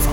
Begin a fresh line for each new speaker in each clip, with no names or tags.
方，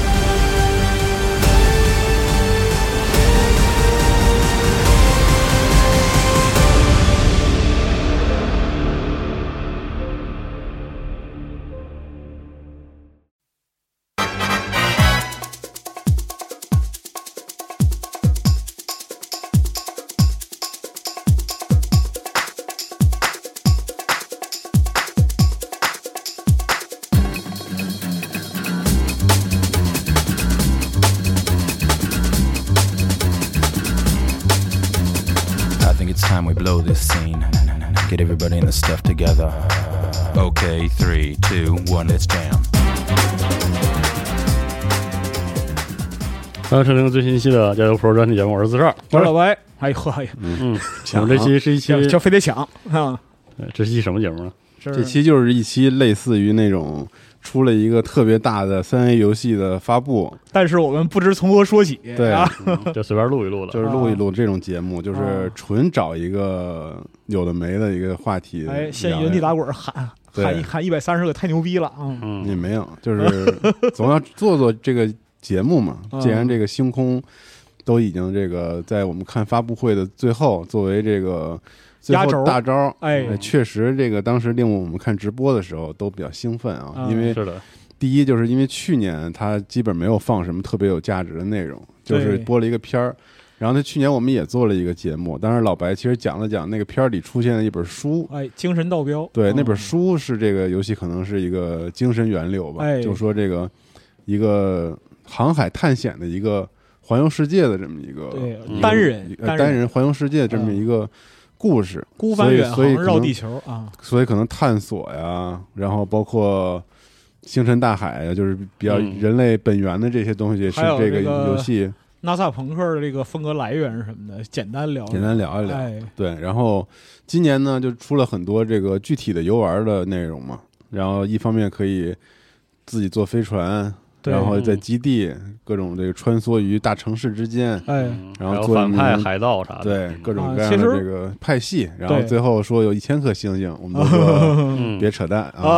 I think it's time we blow this scene. Get everybody in the stuff together. Okay, three, two, one, let's jam.
欢迎收听最新一期的《加油 Pro》专题节目，我是四十二。
我是老白。哎呦呵，哎呦
嗯，
啊
我们这期是一期
就，就非得抢啊！
呃这是一期什么节目 呢？
这
这期就是一期类似于那种出了一个特别大的三 A 游戏的发布，
但是我们不知从何说起。
对
啊，
就随便录一录了。
嗯就是录一录这种节目，就是纯找一个有的没的一个话题。
哎，先
聊
原地
聊
打滚，喊
对
喊一喊一百三十个，太牛逼了！嗯，
也
嗯，
没有，就是 总要做做这个节目嘛。
嗯
既然这个星空都已经这个在我们看发布会的最后，作为这个最
压
后
轴
大招。
哎，
呃确实，这个当时令我们看直播的时候都比较兴奋啊，
嗯
因为
是的，
第一就是因为去年它基本没有放什么特别有价值的内容，就
对
是播了一个片儿。然后它去年我们也做了一个节目，当时老白其实讲了讲那个片儿里出现的一本书，
哎，精神道标。
对，
嗯
那本书是这个游戏可能是一个精神源流吧，
哎
就说这个一个航海探险的一个环游世界的这么一个
对
嗯
单人嗯
一个单人环游世界这么一个故事，
孤帆远
所以所以
航
可
绕
能
地球啊！
所以可能探索呀，然后包括星辰大海呀，就是比较
嗯
人类本源的这些东西，是
还有
这
这个
游戏
纳萨朋克的这个风格来源什么的，简单聊聊。
简单聊一聊。
哎，
对，然后今年呢就出了很多这个具体的游玩的内容嘛，然后一方面可以自己坐飞船，
对
然后在基地各种这个穿梭于大城市之间，
哎，
嗯然
然后
后
做
反派、
嗯
海盗啥的，
对各种各样
啊其
的
实
这个派系，然后
对
最后说有一千颗星星，我们都说
嗯，
别扯淡啊，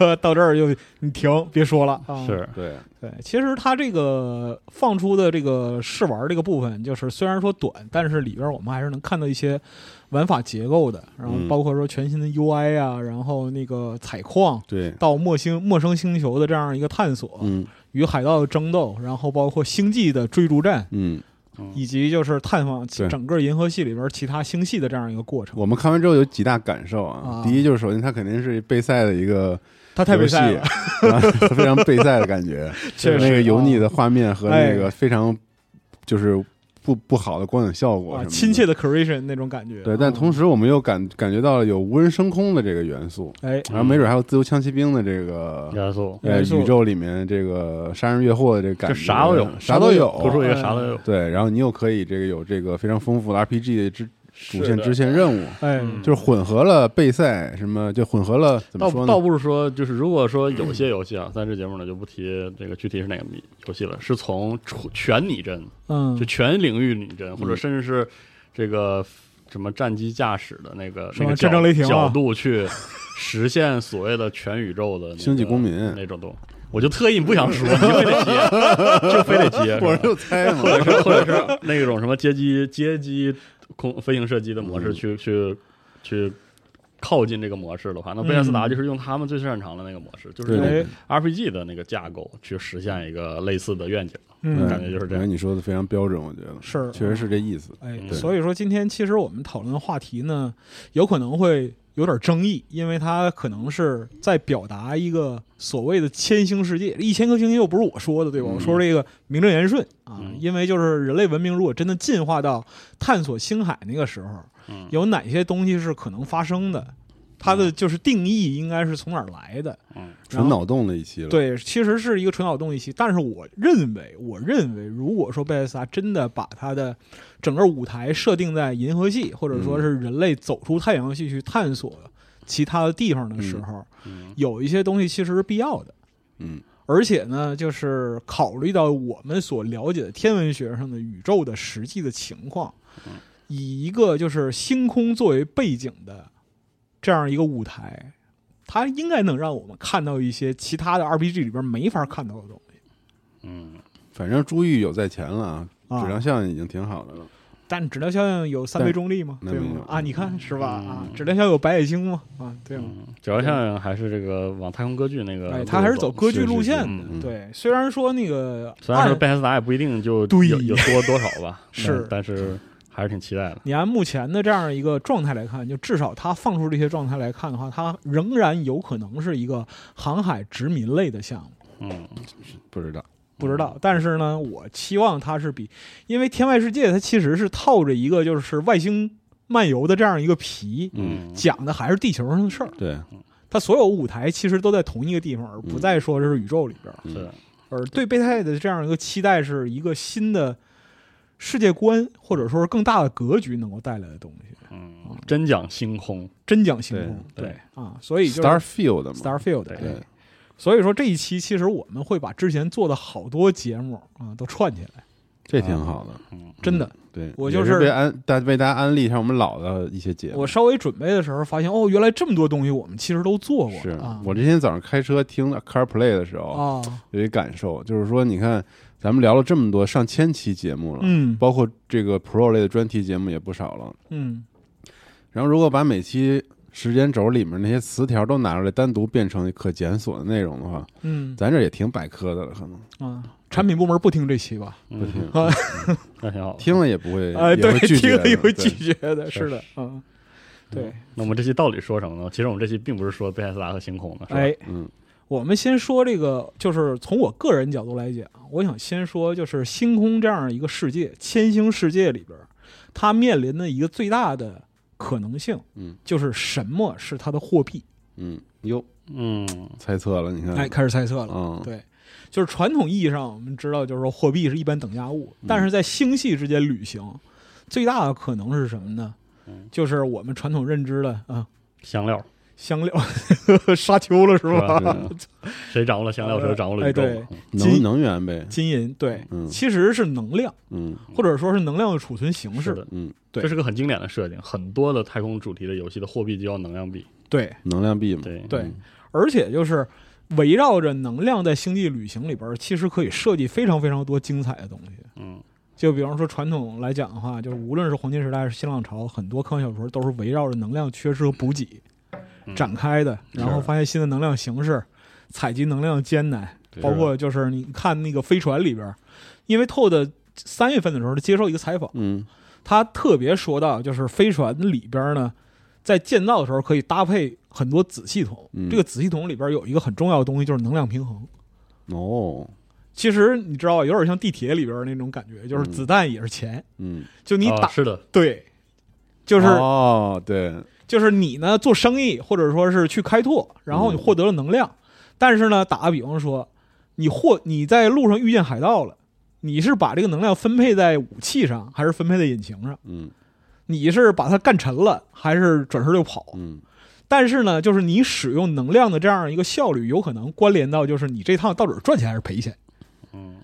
啊，到这儿就你停，别说了啊。
是
对，
对，其实它这个放出的这个试玩这个部分，就是虽然说短，但是里边我们还是能看到一些玩法结构的，然后
嗯
包括说全新的 UI 啊，然后那个采矿
对，
到陌星陌生星球的这样一个探索，
嗯
与海盗的争斗，然后包括星际的追逐战，
嗯。
以及就是探访
对
整个银河系里边其他星系的这样一个过程。
我们看完之后有几大感受啊
啊，
第一就是首先它肯定是备赛的一个
它太
游
被
戏，啊
赛了，啊
然后非常备赛的感觉，
确实
那个油腻的画面和
哎
那个非常就是不不好的光影效果
啊
什么，的
亲切的 creation 那种感觉。啊
对，但同
时，
时我们又感感觉到了有无人升空的这个元素，
哎，
然后没准还有自由枪骑兵的这个。
加速，
呃，
元素
宇宙里面这个杀人越货的这个感觉，
就啥都有
啥都有。哎
突出一个啥都有。
对，然后你又可以这个有这个非常丰富的 RPG 的支主线
的
支线任务，
哎，
嗯
就是混合了备赛什么，就混合了怎么
倒
说
不
呢
倒？不是说，就是如果说有些游戏啊，咱这节目呢就不提这个具体是哪个游戏了，是从出全拟真，
嗯
就，全领域拟真，或者甚至是这个什么战机驾驶的那个
什
那
么
个角
战争雷霆啊
角度去实现所谓的全宇宙的那个
星际公民
那种东西，我就特意不想 说，你就非得接，就非得接，
我
是吧
就 猜嘛，
或者是或者是那
嗯
种什么街机街机空飞行射击的模式去去去。靠近这个模式的话，那贝塞斯达就是用他们最擅长的那个模式，就是
对
用
对
嗯哎，
RPG 的那个架构去实现一个类似的愿景。
对
嗯，
感觉就是这样
感觉你说的非常标准，我觉得
是
确实是这意思。
哎，
嗯
所以说今天其实我们讨论的话题呢，有可能会有点争议，因为它可能是在表达一个所谓的千星世界，一千颗星星又不是我说的，对吧？
嗯
我说这个名正言顺啊，
嗯
因为就是人类文明如果真的进化到探索星海那个时候，
嗯
有哪些东西是可能发生的？它的就是定义应该是从哪儿来的？
嗯
然
纯
后
脑洞的一期了，，
对，其实是一个纯脑洞一期，但是我认为，我认为，如果说贝塞斯达真的把他的整个舞台设定在银河系，或者
嗯
说是人类走出太阳系去探索其他的地方的时候，
嗯
有一些东西其实是必要的。
嗯，
而且呢，就是考虑到我们所了解的天文学上的宇宙的实际的情况，
嗯
以一个就是星空作为背景的这样一个舞台，它应该能让我们看到一些其他的 RPG 里边没法看到的东西
嗯
反正朱玉有在前了啊，
啊。
质量效应已经挺好的了。
但质量效应有三维中立吗？
那
对
没
吗
有？
啊，你看是吧？
嗯
啊，质量效应有白矮星吗？啊，对吗？
嗯，主要像还是这个往太空歌剧那个路
哎，
走，
他还是走歌剧
是是
路
是
线
嗯
的。
嗯
对，虽然说那个
虽然说
按
贝塞斯达也不一定就
对
有有多多少吧，
是
嗯但是还是挺期待的。
你按目前的这样一个状态来看，就至少它放出这些状态来看的话，它仍然有可能是一个航海殖民类的项目。
嗯，
不知道，
不知道，但是呢，我期望它是比，因为《天外世界》它其实是套着一个就是外星漫游的这样一个皮，
嗯，
讲的还是地球上的事儿。
对，
它所有舞台其实都在同一个地方，而
嗯
不再说这是宇宙里边
嗯
儿。
是
而对贝泰的这样一个期待，是一个新的世界观，或者说是更大的格局能够带来的东西。
嗯，真讲星空，
真讲星空，
对
啊，所以就是
Starfield 嘛
Starfield，
对
哎
对，
所以说这一期其实我们会把之前做的好多节目啊都串起来，
这挺好的。
嗯，
真的，
对，
我
也
就是是
为安大为大家安利一下我们老的一些节目。
我稍微准备的时候发现，哦，原来这么多东西我们其实都做过，
是
啊，
我这天早上开车听了 CarPlay 的时候，
啊，
有一感受，就是说，你看咱们聊了这么多上千期节目了，
嗯
包括这个 Pro 类的专题节目也不少了。
嗯，
然后如果把每期时间轴里面那些词条都拿出来，单独变成可检索的内容的话，
嗯
咱这也挺百科的了，可能
啊，产品部门不听这期吧？
不听，
啊
嗯那挺好的。
听了也不会，
哎，
也
对
会，拒绝
听
的
了也会拒
对
绝的，
是
是的，嗯，对，
那我们这期到底说什么呢？其实我们这期并不是说贝塞斯达和星空的，是吧？
哎，
嗯，
我们先说这个，就是从我个人角度来讲，我想先说，就是星空这样一个世界，千星世界里边儿，它面临的一个最大的可能性，
嗯，
就是什么是它的货币？
嗯，哟，
嗯
猜测了，你看，
哎，开始猜测了，
嗯，
对。就是传统意义上，我们知道，就是说货币是一般等价物，但是在星系之间旅行，最大的可能是什么呢？就是我们传统认知的啊，
香料，
香料 沙丘了是吧？
谁掌握了香料，谁就掌握了宇宙。
哎对
嗯
能能源呗，
金银对，
嗯
其实是能量，
嗯
或者说是能量的储存形
是
式。
的，
嗯，
对
这是个很经典的设定，很多的太空主题的游戏的货币就叫能量币。
对
能量币嘛，
对
对，而且就是围绕着能量在星际旅行里边儿，其实可以设计非常非常多精彩的东西。
嗯，
就比方说传统来讲的话，就是无论是黄金时代还是新浪潮，很多科幻小说都是围绕着能量缺失和补给展开的，然后发现新的能量形式，采集能量艰难，包括就是你看那个飞船里边儿，因为 Todd 三月份的时候他接受一个采访。
嗯
他特别说到，就是飞船里边呢，在建造的时候可以搭配很多子系统。
嗯
这个子系统里边有一个很重要的东西，就是能量平衡。
哦，
其实你知道，有点像地铁里边那种感觉，就是子弹也是钱，
嗯，
就你
啊
打、
是的，
对，就是、
哦，对，
就是你呢做生意或者说是去开拓，然
嗯
后你获得了能量，但是呢，打个比方说，你获你在路上遇见海盗了，你是把这个能量分配在武器上，还是分配在引擎上？
嗯
你是把它干沉了，还是转身就跑？
嗯
但是呢，就是你使用能量的这样一个效率，有可能关联到就是你这趟到底是赚钱还是赔钱。
嗯，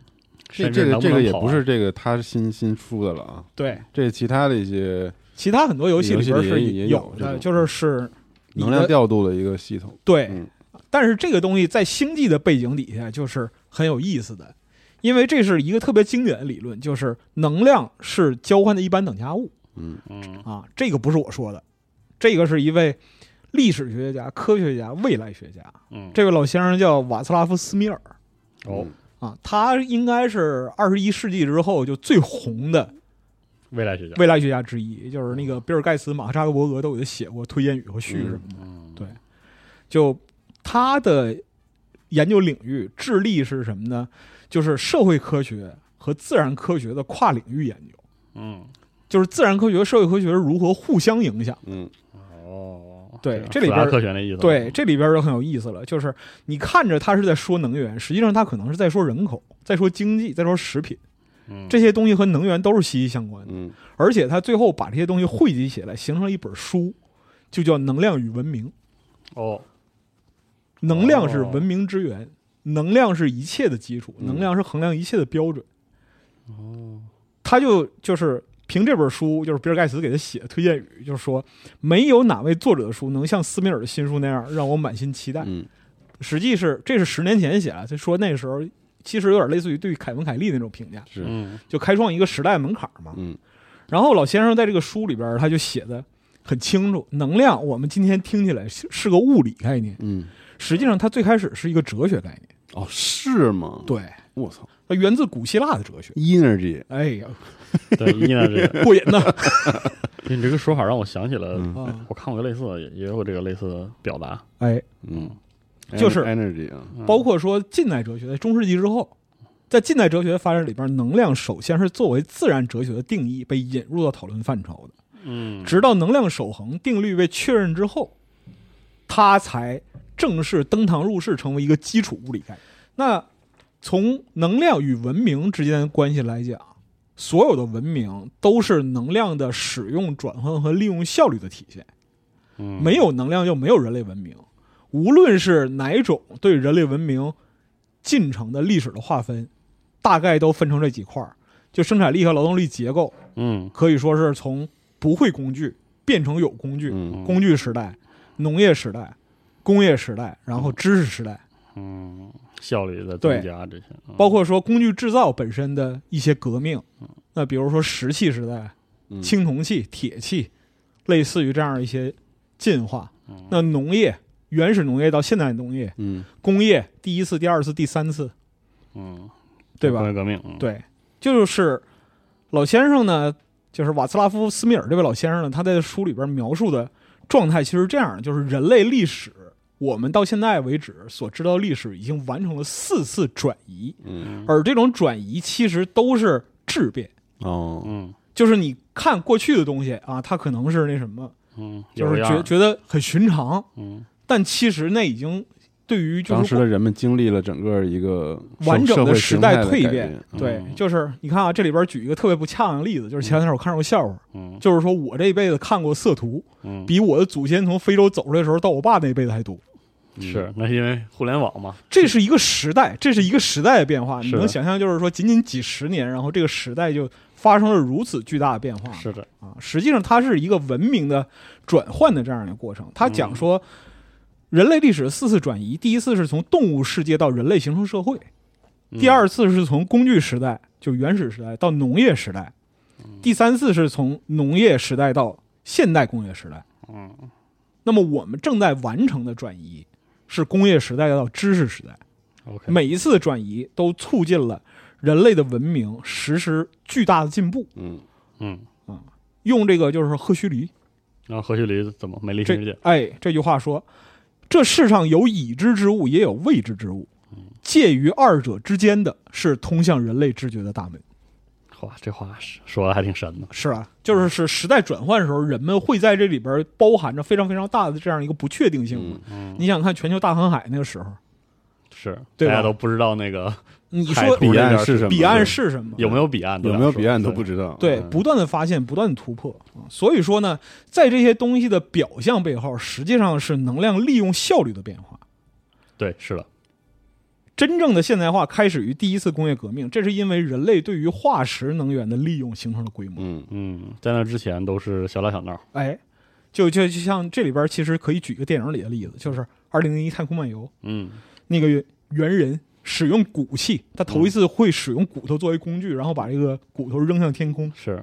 这
甚至
这个
能
这
能
个也
跑
啊
不
完
是这个他新新出的了啊，
对，
这其他的一些
其他很多游戏里边
游
是
戏里也也有
有
这
的，
种
就是是你的
能量调度的一个系统，
对、
嗯
但是这个东西在星际的背景底下就是很有意思的，因为这是一个特别经典的理论，就是能量是交换的一般等价物
嗯
嗯
啊。这个不是我说的，这个是一位历史学家、科学家、未来学家。
嗯，
这位老先生叫瓦茨拉夫·斯米尔
哦，
嗯
啊，他应该是二十一世纪之后就最红的
未来学家，
未来学家之一，就是那个比尔盖茨、马克扎克伯格都给他写过推荐语和序什么的。
嗯，
对就他的研究领域致力是什么呢？就是社会科学和自然科学的跨领域研究，
嗯，
就是自然科学、社会科学是如何互相影响。
嗯
哦，
对
样
这里
复杂
边儿
科学那意思，
对，，这里边就很有意思了，就是你看着他是在说能源，实际上他可能是在说人口，在说经济，在说食品，
嗯，
这些东西和能源都是息息相关的。
嗯
而且他最后把这些东西汇集起来，形成了一本书，就叫《能量与文明》。
哦，
能量是
哦
文明之源，能量是一切的基础，
嗯哦
能量是衡量一切的标准。他就就是凭这本书，就是比尔盖茨给他写的推荐语，就是说没有哪位作者的书能像斯米尔的新书那样让我满心期待。
嗯
实际是这是十年前写的，他说那时候其实有点类似于对凯文凯利那种评价，
是
嗯，
就开创一个时代门槛嘛。
嗯
然后老先生在这个书里边他就写的很清楚，能量我们今天听起来是是个物理概念，
嗯
实际上它最开始是一个哲学概念。
哦是吗？，
对，
我操
它源自古希腊的哲学。
，energy
哎呀，
对，伊娜 这个，
过瘾呐！
你这个说法让我想起了，
嗯
啊，
我看过类似的，也也有这个类似的表达，
哎，
嗯，
就是
energy 啊，
嗯
包括说近代哲学，在中世纪之后，在近代哲学发展里边，能量首先是作为自然哲学的定义被引入到讨论范畴的，
嗯，
直到能量守恒定律被确认之后，它才正式登堂入室，成为一个基础物理概念。那从能量与文明之间的关系来讲，所有的文明都是能量的使用、转换和利用效率的体现。
嗯
没有能量就没有人类文明。无论是哪种对人类文明进程的历史的划分，大概都分成这几块儿。就生产力和劳动力结构，
嗯
可以说是从不会工具变成有工具，
嗯
工具时代、农业时代、工业时代，然后知识时代，
嗯，效率在
对
增加这些，嗯
包括说工具制造本身的一些革命。那比如说石器时代、
嗯
青铜器、铁器，类似于这样一些进化。那农业，原始农业到现代农业，
嗯
工业第一次、第二次、第三次，
嗯，
对
工
吧
业？革命，嗯，
对，就是老先生呢，就是瓦茨拉夫·斯米尔这位老先生呢，他在书里边描述的状态其实是这样的，就是人类历史，我们到现在为止所知道的历史已经完成了四次转移，
嗯
而这种转移其实都是质变，
哦
嗯
就是你看过去的东西啊，它可能是那什么，
嗯，
就
有
是
样
觉
儿
觉得很寻常，
嗯
但其实那已经对于就是
当时的人们经历了整个一个社
完整
社
的
会
时
形态
代
的
蜕变
改变。，嗯
对
嗯，
就是你看啊，这里边举一个特别不恰当的例子，就是前两天我看着个笑话，
嗯
就是说我这一辈子看过色图，
嗯，
比我的祖先从非洲走出来的时候到我爸那一辈子还多。
是嗯那是因为互联网嘛，
这是一个时代，这是一个时代的变化。你
是的
能想象，就是说仅仅几十年，然后这个时代就发生了如此巨大的变化。
是的，
啊，实际上它是一个文明的转换的这样一个过程。他讲说，人类历史四次转移，第一次是从动物世界到人类形成社会，
嗯
第二次是从工具时代就原始时代到农业时代，第三次是从农业时代到现代工业时代。
嗯
那么我们正在完成的转移是工业时代到知识时代，
，OK，
每一次的转移都促进了人类的文明实施巨大的进步。
嗯
嗯，
用这个就是赫胥黎
然后何旭黎怎么美丽新世
这
界？
哎这句话说，这世上有已知之物，也有未知之物，介于二者之间的是通向人类知觉的大门。
哇，这话是说的还挺深的，
是啊，就是是时代转换的时候，人们会在这里边包含着非常非常大的这样一个不确定性嘛。
嗯，
你想看全球大航海那个时候，
是
对
大家
吧
都不知道那个
你
海
说
图
彼
那
岸
边
是什么？
彼岸是什么？
有没有彼岸，
有没有彼岸都
对
不知道。
对，
嗯
不断的发现，不断的突破啊所以说呢，在这些东西的表象背后，实际上是能量利用效率的变化。
对，是的，
真正的现代化开始于第一次工业革命，这是因为人类对于化石能源的利用形成了规模。
嗯
嗯，在那之前都是小打小闹，
哎，就就就像这里边其实可以举一个电影里的例子，就是《二零零一太空漫游》
嗯
那个猿人使用骨器，他头一次会使用骨头作为工具，然后把这个骨头扔向天空，
是，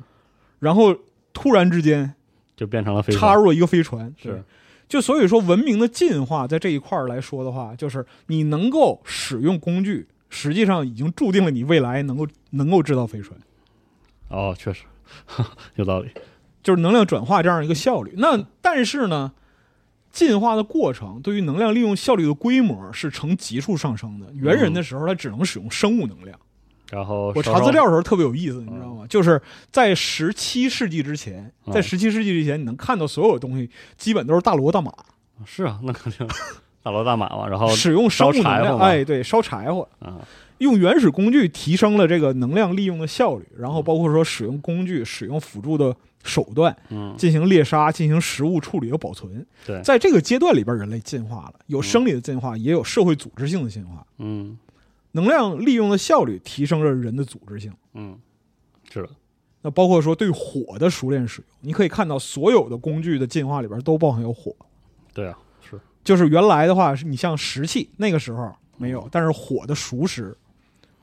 然后突然之间
就变成了飞
插
船，
入了一个飞船，对
是，
就所以说，文明的进化在这一块儿来说的话，就是你能够使用工具，实际上已经注定了你未来能够能够制造飞船，
哦，确实 有道理。
就是能量转化这样一个效率。那但是呢，进化的过程对于能量利用效率的规模是呈急速上升的。猿人的时候，它只能使用生物能量。
然后
我
稍
查
稍
资料的时候特别有意思，你知道吗？就是在十七世纪之前，
嗯
在十七世纪之前，你能看到所有东西基本都是大骡大马，
是啊，那肯定大骡大马嘛，然后
使用生物
烧柴
能
火
量，
嘛
哎，对，烧柴火，
啊，
用原始工具提升了这个能量利用的效率，然后包括说使用工具、使用辅助的手段
嗯，
进行猎杀、进行食物处理和保存。
对，
在这个阶段里边，人类进化了，有生理的进化，也有社会组织性的进化，
嗯
能量利用的效率提升了人的组织性。
嗯，是的，
那包括说对火的熟练使用，你可以看到所有的工具的进化里边都包含有火。
对啊，是
就是原来的话，是你像石器那个时候没有，但是火的熟食，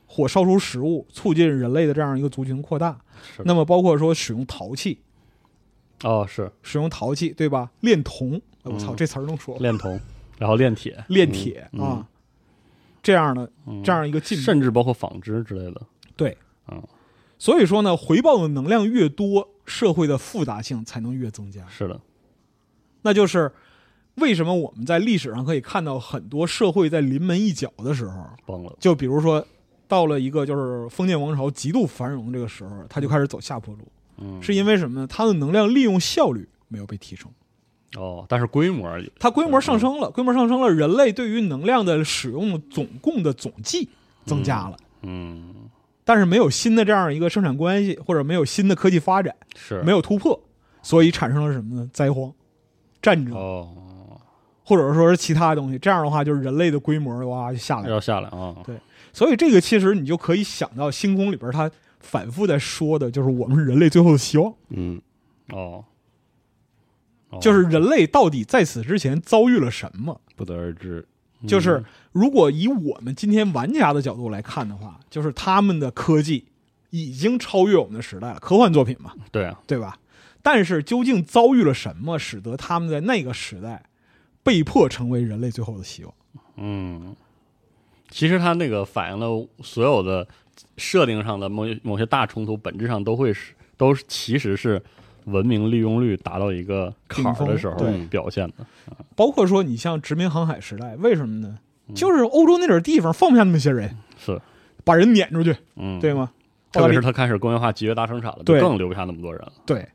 火烧出食物，促进人类的这样一个族群扩大。
是
那么包括说使用陶器，
哦，是
使用陶器对吧？炼铜，哎我操，
嗯
这词儿能说吗？
炼铜，然后炼铁，
炼铁
嗯
啊，这样的
嗯
这样一个进步。
甚至包括纺织之类的，
对
嗯，
所以说呢，回报的能量越多，社会的复杂性才能越增加。
是的，
那就是为什么我们在历史上可以看到很多社会在临门一脚的时候，
崩了，
就比如说到了一个就是封建王朝极度繁荣这个时候，它就开始走下坡路，
嗯，
是因为什么呢？它的能量利用效率没有被提升，
哦，但是规模而已，
它规模上
嗯
升了，规模上升了，人类对于能量的使用总共的总计增加了。
嗯，
但是没有新的这样一个生产关系，或者没有新的科技发展，
是
没有突破，所以产生了什么呢？灾荒、战争，
哦，
或者说是其他东西。这样的话，就是人类的规模哇就下来了。
要下来啊，
所以这个其实你就可以想到《星空》里边他反复在说的，就是我们人类最后的希望，
嗯，
哦，哦
就是人类到底在此之前遭遇了什么。
不得而知。
就是如果以我们今天玩家的角度来看的话，就是他们的科技已经超越我们的时代了，科幻作品嘛，
嗯对啊，
对吧？但是究竟遭遇了什么，使得他们在那个时代被迫成为人类最后的希望？
嗯，其实它那个反映了所有的设定上的某某些大冲突，本质上都会是都是其实是文明利用率达到一个坎儿的时候
顶峰
对
表现的。
包括说你像殖民航海时代，为什么呢？
嗯
就是欧洲那点地方放不下那么些人，
是，
把人撵出去，
嗯，
对，吗？
特别是
奥地利
它开始工业化、集约大生产了，就
对
更留不下那么多人了。
对，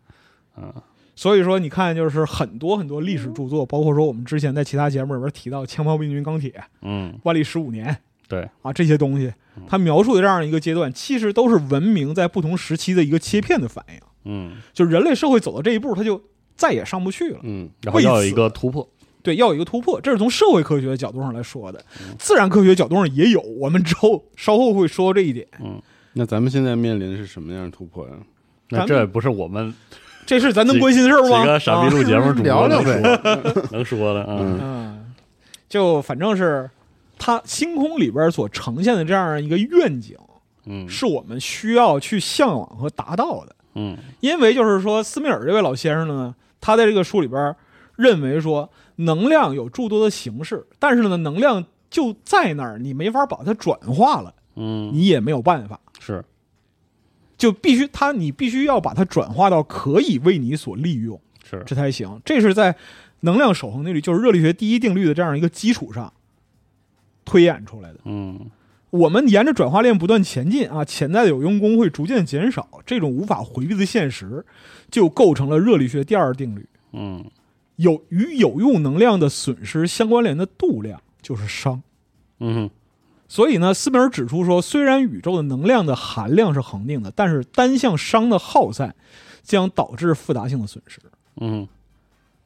嗯，
所以说你看，就是很多很多历史著作，包括说我们之前在其他节目里边提到《枪炮、病菌、钢铁》《
嗯，
万历十五年》
对，
啊这些东西，
嗯
它描述的这样一个阶段，其实都是文明在不同时期的一个切片的反应。
嗯，
就人类社会走到这一步，它就再也上不去了。
嗯，
然后
为
要有一
此
个突破。
对，要有一个突破，这是从社会科学的角度上来说的，
嗯
自然科学角度上也有。我们之后稍后会说这一点，
那咱们现在面临的是什么样的突破呀？
那
咱们
这不是我们
这是咱能
几
关心的事儿吗？
几个傻逼
啊
录节目主播
聊
能
聊
说
呗
能说的啊。
嗯，就反正是它星空里边所呈现的这样一个愿景，
嗯
是我们需要去向往和达到的。
嗯
因为就是说，斯米尔这位老先生呢，他在这个书里边认为说，能量有诸多的形式，但是呢，能量就在那儿，你没法把它转化了，
嗯，
你也没有办法，
是
就必须它你必须要把它转化到可以为你所利用，
是，
这才行。这是在能量守恒定律，就是热力学第一定律的这样一个基础上推演出来的。
嗯
我们沿着转化链不断前进啊，潜在的有用功会逐渐减少，这种无法回避的现实，就构成了热力学第二定律。
嗯
有与有用能量的损失相关联的度量就是熵。
嗯
所以呢，斯米尔指出说，虽然宇宙的能量的含量是恒定的，但是单向熵的耗散将导致复杂性的损失。
嗯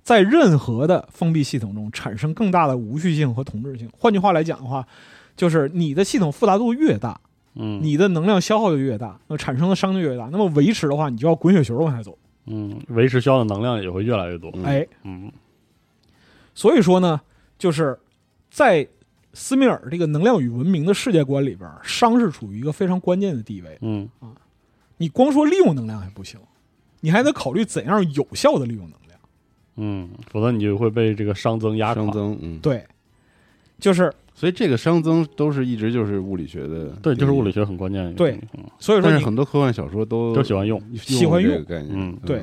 在任何的封闭系统中产生更大的无序性和同质性。换句话来讲的话，就是你的系统复杂度越大，
嗯，
你的能量消耗就越大，那么产生的伤就越大。那么维持的话，你就要滚雪球往下走。
嗯，维持需要的能量也会越来越多。
嗯
哎，
嗯
所以说呢，就是在斯米尔这个能量与文明的世界观里边，熵是处于一个非常关键的地位。
嗯，
你光说利用能量还不行，你还得考虑怎样有效的利用能量。
嗯，否则你就会被这个熵增压垮。
熵增，嗯，
对，就是
所以这个熵增都是一直就是物理学的，
对，就是物理。学很关键的一个
对
定义，嗯
所以说
但
你
是很多科幻小说都
都喜欢用。
喜欢
这
用
个概念，
嗯
对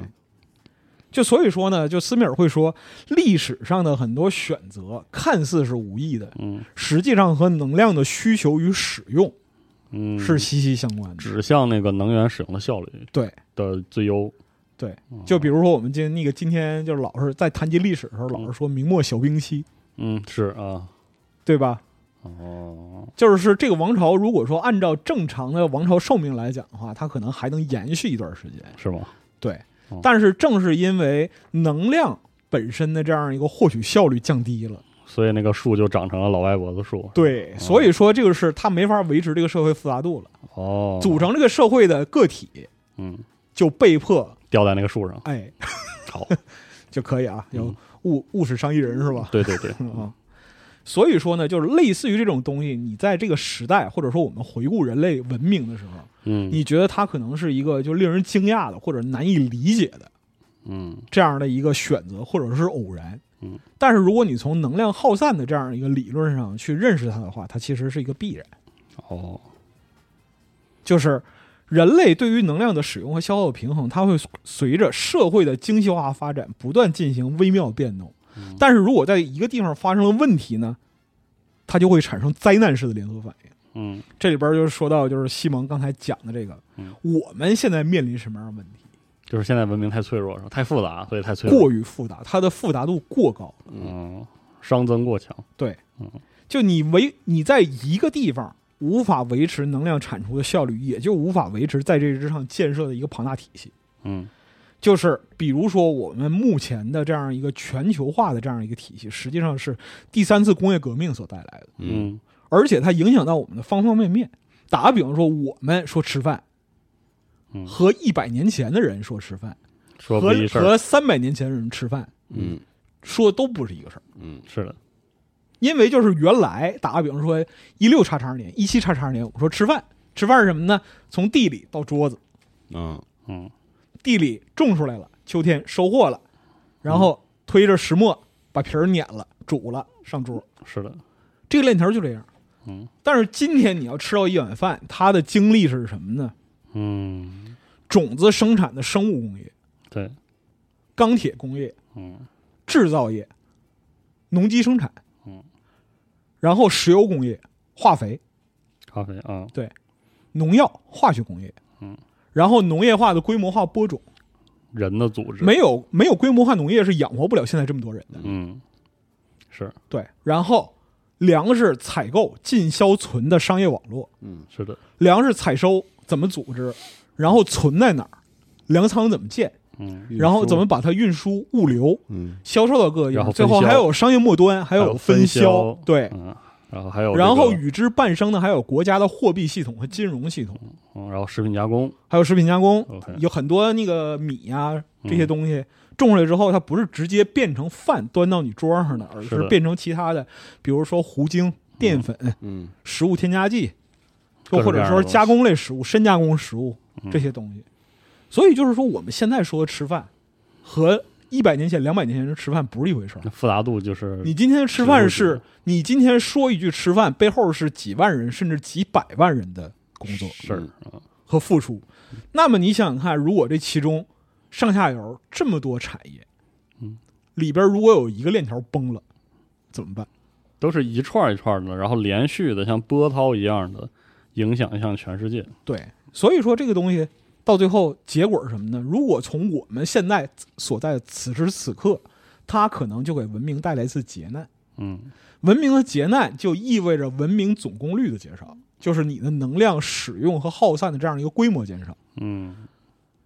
就所以说呢，就斯米尔会说，历史上的很多选择看似是无意的，
嗯
实际上和能量的需求与使用
嗯，
是息息相关的。
指向那个能源使用的效率
对
的最优。
对
嗯，
就比如说我们今那个今天就是老是在谈及历史的时候，老是说明末小冰期，
嗯是啊
对吧？
哦
就是这个王朝，如果说按照正常的王朝寿命来讲的话，它可能还能延续一段时间。
是吗？
对
哦，
但是正是因为能量本身的这样一个获取效率降低了，
所以那个树就长成了老歪脖子树。
对，所以说这个是它没法维持这个社会复杂度了，
哦，
组成这个社会的个体
嗯
就被迫
吊在那个树上。
哎
好，
就可以啊，有
嗯
物物是伤一人是吧？
对对对，
啊。所以说呢，就是类似于这种东西，你在这个时代，或者说我们回顾人类文明的时候，
嗯
你觉得它可能是一个就令人惊讶的或者难以理解的
嗯
这样的一个选择，或者是偶然。
嗯，
但是如果你从能量耗散的这样一个理论上去认识它的话，它其实是一个必然，
哦
就是人类对于能量的使用和消耗平衡，它会随着社会的精细化发展不断进行微妙变动。
嗯
但是如果在一个地方发生了问题呢，它就会产生灾难式的连锁反应。
嗯
这里边就是说到，就是西蒙刚才讲的这个，
嗯
我们现在面临什么样的问题？
就是现在文明太脆弱，是吧？太复杂，所以太脆弱。
过于复杂，它的复杂度过高。
嗯，熵增过强。
对
嗯，
就你维你在一个地方无法维持能量产出的效率，也就无法维持在这之上建设的一个庞大体系。
嗯
就是比如说，我们目前的这样一个全球化的这样一个体系，实际上是第三次工业革命所带来的，
嗯，
嗯
而且它影响到我们的方方面面。打个比方说，我们说吃饭
嗯，
和一百年前的人说吃饭，
说不
和
一事儿。
和三百年前的人吃饭
嗯
说都不是一个事儿。
嗯
是的，
因为就是原来打个比方说一六叉叉年、一七叉叉年，我们说吃饭，吃饭是什么呢？从地里到桌子，
啊，
嗯
地里种出来了，秋天收获了，然后推着石磨把皮儿碾了、煮了上桌，
是的，
这个链条就这样。
嗯，
但是今天你要吃到一碗饭，它的经历是什么呢？
嗯
种子生产的生物工业、
对，
钢铁工业、
嗯
制造业、农机生产，
嗯，
然后石油工业、化肥，
咖啡啊
农药、化学工业，
嗯，
然后农业化的规模化播种，
人的组织
没有没有规模化农业是养活不了现在这么多人的。
嗯是
对，然后粮食采购、进销存的商业网络，
是的，
粮食采收怎么组织，然后存在哪儿，粮仓怎么建，
嗯
然后怎么把它运输、物流、
嗯
销售到各个地
然后分
方，最
销
后还有商业末端，
还
还有
分
销，对。
嗯，然后还有
然
这
后
个
与之伴生的还有国家的货币系统和金融系统，
嗯然后食品加工
还有食品加工，
，OK，
有很多那个米呀、这些东西、
嗯
种出来之后，它不是直接变成饭端到你桌上的，而
是
是
的
变成其他的，比如说糊精、淀粉、
嗯
食物添加剂，
各
又
种
或
各
者
样的
说
东西
加工类食物、深加工食物
嗯
这些东西。所以就是说，我们现在说吃饭和一百年前、两百年前人吃饭不是一回事儿。
那复杂度就是
你今天吃饭
食物
是，你今天说一句吃饭，背后是几万人甚至几百万人的工作。
事儿，
和付出。那么你想想看，如果这其中上下游这么多产业，
嗯，
里边如果有一个链条崩了，怎么办？
都是一串儿一串儿的，然后连续的像波涛一样的影响向全世界。
对，所以说这个东西到最后结果是什么呢？如果从我们现在所在此时此刻，它可能就给文明带来一次劫难。
嗯
文明的劫难就意味着文明总功率的减少，就是你的能量使用和耗散的这样一个规模减少。
嗯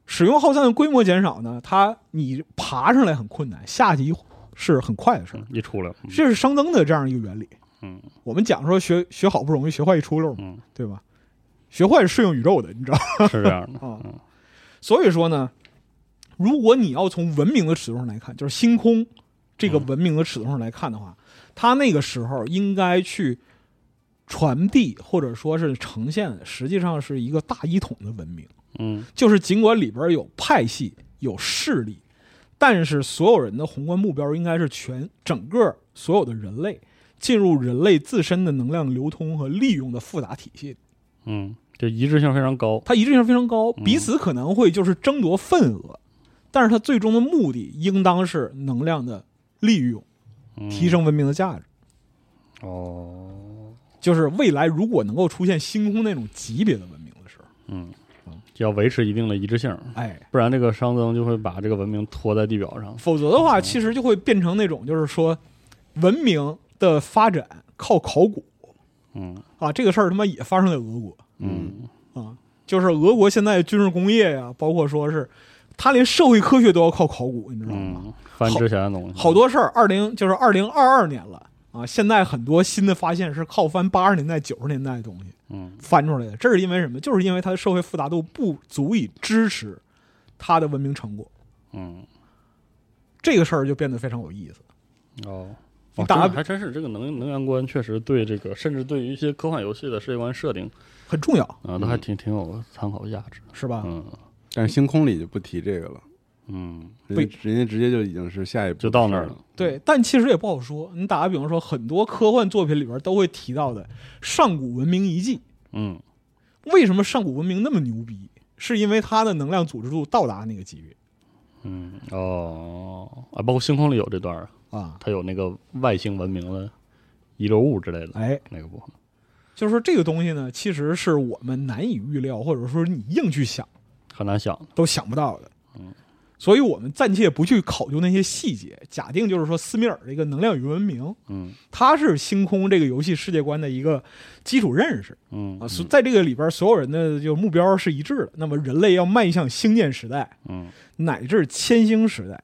使用耗散的规模减少呢，它你爬上来很困难，下去一是很快的事儿
嗯，，一出 来嗯
这是熵增的这样一个原理。
嗯，
我们讲说学学好不容易，学坏一出溜嘛，
嗯
对吧？学坏是适应宇宙的，你知道吗？，
是这样的
啊
嗯
所以说呢，如果你要从文明的尺度上来看，就是星空这个文明的尺度上来看的话，它那个时候应该去传递或者说是呈现，实际上是一个大一统的文明。
嗯
就是尽管里边有派系、有势力，但是所有人的宏观目标应该是全整个所有的人类进入人类自身的能量流通和利用的复杂体系，
嗯，就一致性非常高，
它一致性非常高，
嗯
彼此可能会就是争夺份额，但是它最终的目的应当是能量的利用，
嗯
提升文明的价值。
哦，
就是未来如果能够出现星空那种级别的文明的时候，
嗯，就要维持一定的一致性，
哎，
不然这个熵增就会把这个文明拖在地表上。
否则的话，其实就会变成那种就是说，文明的发展靠考古
嗯
啊，这个事儿他妈也发生在俄国
嗯
啊，就是俄国现在军事工业呀、包括说是他连社会科学都要靠考古，你知道吗？
嗯，翻之前的东西，
好多事儿，二零就是二零二二年了啊，现在很多新的发现是靠翻八十年代、九十年代的东西
嗯
翻出来的，这是因为什么？就是因为它的社会复杂度不足以支持它的文明成果，
嗯
这个事儿就变得非常有意思。
哦。
你
哦
打
这还真是这个能能源观，确实对这个，甚至对于一些科幻游戏的世界观设定
很重要，
啊，都还挺挺有参考价值。
是吧？
嗯
但是星空里就不提这个了，
嗯
人家人家直接就已经是下一步
就到那儿
的事
了
了。
对，但其实也不好说。你打个比方说，很多科幻作品里边都会提到的上古文明遗迹，
嗯
为什么上古文明那么牛逼？是因为它的能量组织度到达那个级别
嗯哦啊，包括星空里有这段儿，
啊？
它有那个外星文明的遗留物之类的
哎，
那个部分。
就是说这个东西呢，其实是我们难以预料，或者说你硬去想
很难想的。
都想不到的。
嗯，
所以我们暂且不去考究那些细节，假定就是说斯米尔这个能量与文明，
嗯
它是星空这个游戏世界观的一个基础认识。
嗯
啊，所在这个里边，所有人的就目标是一致的。那么，人类要迈向星舰时代，
嗯
乃至千星时代，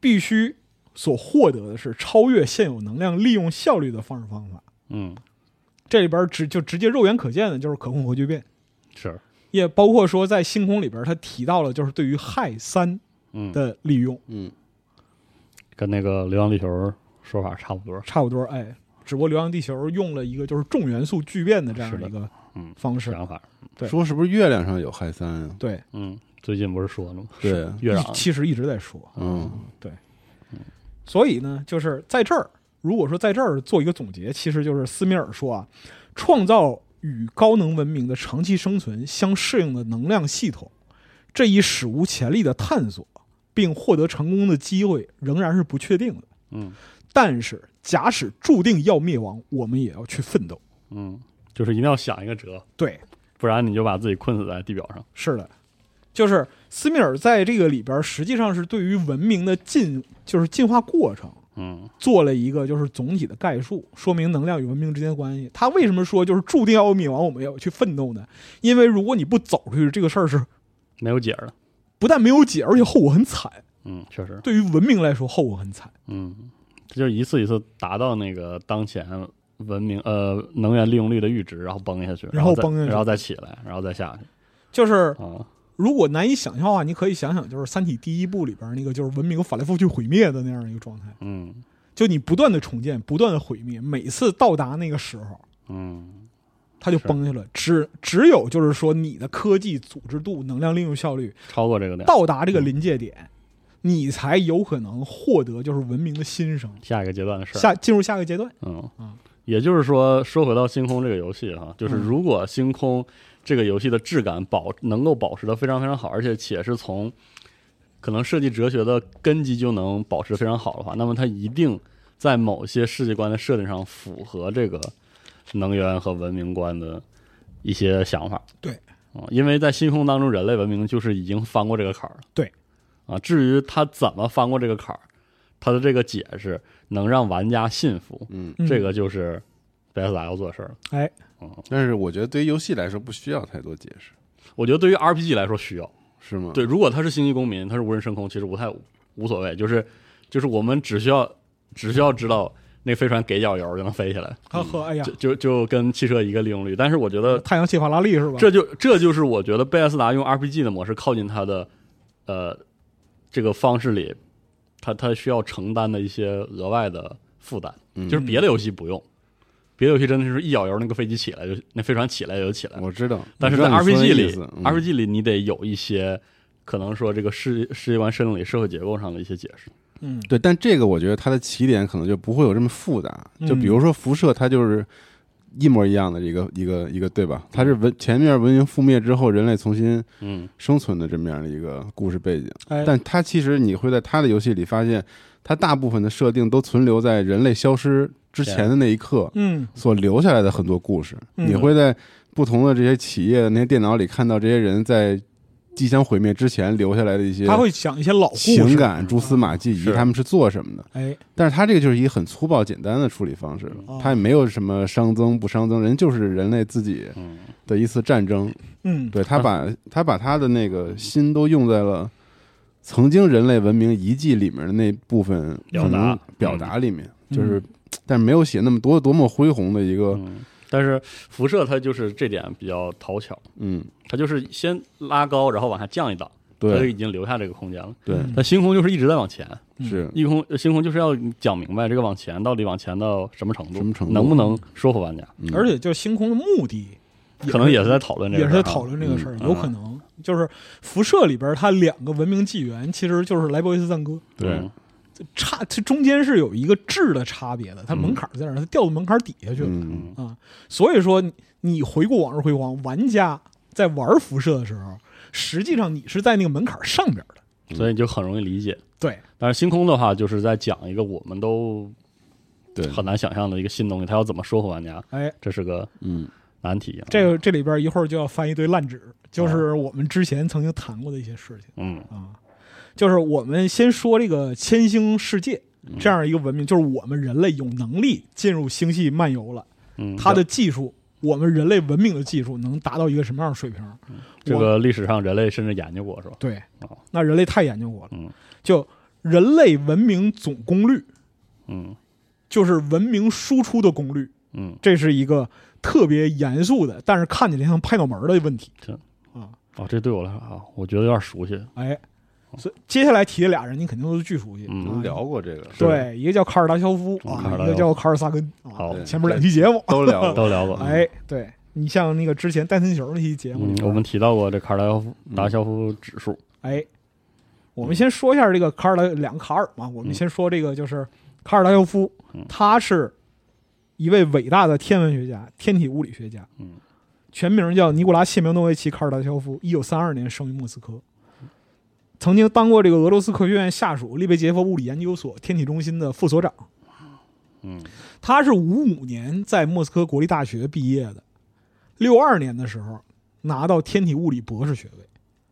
必须所获得的是超越现有能量利用效率的方式方法。
嗯，
这里边直就直接肉眼可见的就是可控核聚变，
是
也包括说在星空里边，他提到了就是对于氦三
嗯，
的利用，
嗯，
跟那个《流浪地球》说法差不多。
差不多哎，只不过《流浪地球》用了一个就是重元素聚变的这样
是的
一个
嗯
方式，
想法。
对
说是不是月亮上有氦三啊？
对，
嗯，最近不是嗯说了吗？
对，
月
一
壤。
其实一直在说，
嗯，
所以呢，就是在这儿，如果说在这儿做一个总结，其实就是斯米尔说啊，创造与高能文明的长期生存相适应的能量系统，这一史无前例的探索并获得成功的机会仍然是不确定的。
嗯
但是，假使注定要灭亡，我们也要去奋斗。
嗯，就是一定要想一个辙，
对，
不然你就把自己困死在地表上。
是的，就是斯米尔在这个里边，实际上是对于文明的进，就是进化过程。
嗯
做了一个就是总体的概述，说明能量与文明之间的关系。他为什么说就是注定要灭亡，我们要去奋斗呢？因为如果你不走出去，这个事儿是
没有解了。
不但没有解，而且后果很惨。
嗯，确实。
对于文明来说，后果很惨。
嗯，这就是一次一次达到那个当前。文明呃，能源利用率的阈值，然后崩下去，
然后
再
崩下去
然后再起来，然后再下去
就是
啊，
如果难以想象的话，你可以想想，就是《三体》第一部里边那个就是文明反来覆去毁灭的那样一个状态，
嗯
就你不断的重建，不断的毁灭，每次到达那个时候，
嗯
它就崩下了。只只有就是说，你的科技组织度、能量利用效率
超过这个量，
到达这个临界点，你才有可能获得就是文明的新生，
下一个阶段的事儿。
下进入下一个阶段。
嗯
嗯，
也就是说，说回到星空这个游戏哈，就是
嗯
如果星空这个游戏的质感保能够保持的非常非常好，而且且是从可能设计哲学的根基就能保持得非常好的话，那么它一定在某些世界观的设定上符合这个能源和文明观的一些想法。
对
嗯，因为在星空当中，人类文明就是已经翻过这个坎儿了。
对，
啊，至于它怎么翻过这个坎儿，它的这个解释能让玩家信服，
嗯
这个就是 BSA 要做的事儿了。
哎，
但是我觉得对于游戏来说不需要太多解释，
我觉得对于 RPG 来说需要，
是吗？
对，，如果他是星际公民，他是无人升空，其实无太无所谓，就是就是我们只需要只需要知道那飞船给脚油就能飞起来，
呵呵，哎呀
就，就就跟汽车一个利用率。但是我觉得
太阳系法拉利是吧？
这就这就是我觉得贝斯达用 RPG 的模式靠近它的呃这个方式里，它它需要承担的一些额外的负担，
嗯
就是别的游戏不用。别的游戏真的是一脚油，那个飞机起来就那飞船起来就起来了。
我知道。
但是
我
在
知道你说的
RPG
意
里
思嗯
，RPG 里你得有一些可能说这个世世界观设定里、社会结构上的一些解释。
嗯，
对，但这个我觉得它的起点可能就不会有这么复杂。
嗯
就比如说辐射，它就是一模一样的一个一个一个，对吧？它是文前面文明覆灭之后，人类重新
嗯
生存的这么样的一个故事背景。
哎，
但它其实你会在它的游戏里发现，它大部分的设定都存留在人类消失之前的那一刻
嗯
所留下来的很多故事。
嗯
你会在不同的这些企业的那些电脑里看到这些人在即将毁灭之前留下来的一些
他会讲一些老故事
情感蛛丝马迹，以及
是
他们是做什么的。
哎，
但是他这个就是一个很粗暴简单的处理方式，他也没有什么熵增不熵增，人就是人类自己
嗯，
的一次战争。
嗯，
对他把他把他的那个心都用在了曾经人类文明遗迹里面的那部分
表
可能
达
表
嗯
达里面，就是但是没有写那么多多么恢宏的一
嗯
个
但是辐射它就是这点比较讨巧，
嗯，
它就是先拉高，然后往下降一档，它就已
对
经留下这个空间了。
对
嗯
但星空就是一直在往前，
是
一空星空就是要讲明白这个往前到底往前到什么程度，
什么程度
能不能说服玩家？
嗯
而且就星空的目的，
可能也是在讨论这个，
也是在讨。论这个事儿，
嗯
有可能就是辐射里边它两个文明纪元其实就是莱博维斯赞歌，
对
差它中间是有一个质的差别的，它门槛在哪儿？它掉到门槛底下去了。
嗯
所以说你，你回顾《往日辉煌》，玩家在玩辐射的时候，实际上你是在那个门槛上边的。
嗯，所以就很容易理解。
对，
但是星空的话，就是在讲一个我们都
对
很难想象的一个新东西，它要怎么说服玩家，
哎，啊
这是个
嗯
难题。啊
这个这里边一会儿就要翻一堆烂纸，就是我们之前曾经谈过的一些事情。啊
嗯
就是我们先说这个千星世界
嗯
这样一个文明，就是我们人类有能力进入星系漫游了，
嗯，
它的技术。我们人类文明的技术能达到一个什么样的水平？
嗯这
我
个历史上人类甚至研究过是吧？
对
哦，
那人类太研究过了。
嗯
就人类文明总功率，
嗯
就是文明输出的功率，
嗯，
这是一个特别严肃的，但是看起来像拍脑门儿的问题
是。
啊，
哦，这对我来说啊，我觉得有点熟悉。
哎，所以接下来提的俩人，你肯定都是巨熟悉。
哦嗯
咱
啊
们聊过这个，
对，一个叫卡尔达肖夫
嗯
啊
卡尔达肖，夫
一个叫卡尔萨根啊。
好
对
前面两期节目，
都聊 过，
都聊过。
哎，对你像那个之前戴森球那期节目
嗯
里，边，
我们提到过这卡尔达肖夫
嗯
达肖夫指数。
哎，我们先说一下这个卡尔达两个卡尔嘛，
嗯
我们先说这个就是卡尔达肖夫，他是一位伟大的天文学家、天体物理学家，
嗯，
全名叫尼古拉谢明诺维奇·卡尔达肖夫，一九三二年生于莫斯科，曾经当过这个俄罗斯科学院下属利贝杰夫物理研究所天体中心的副所长。
嗯
他是五五年在莫斯科国立大学毕业的，六二年的时候拿到天体物理博士学位。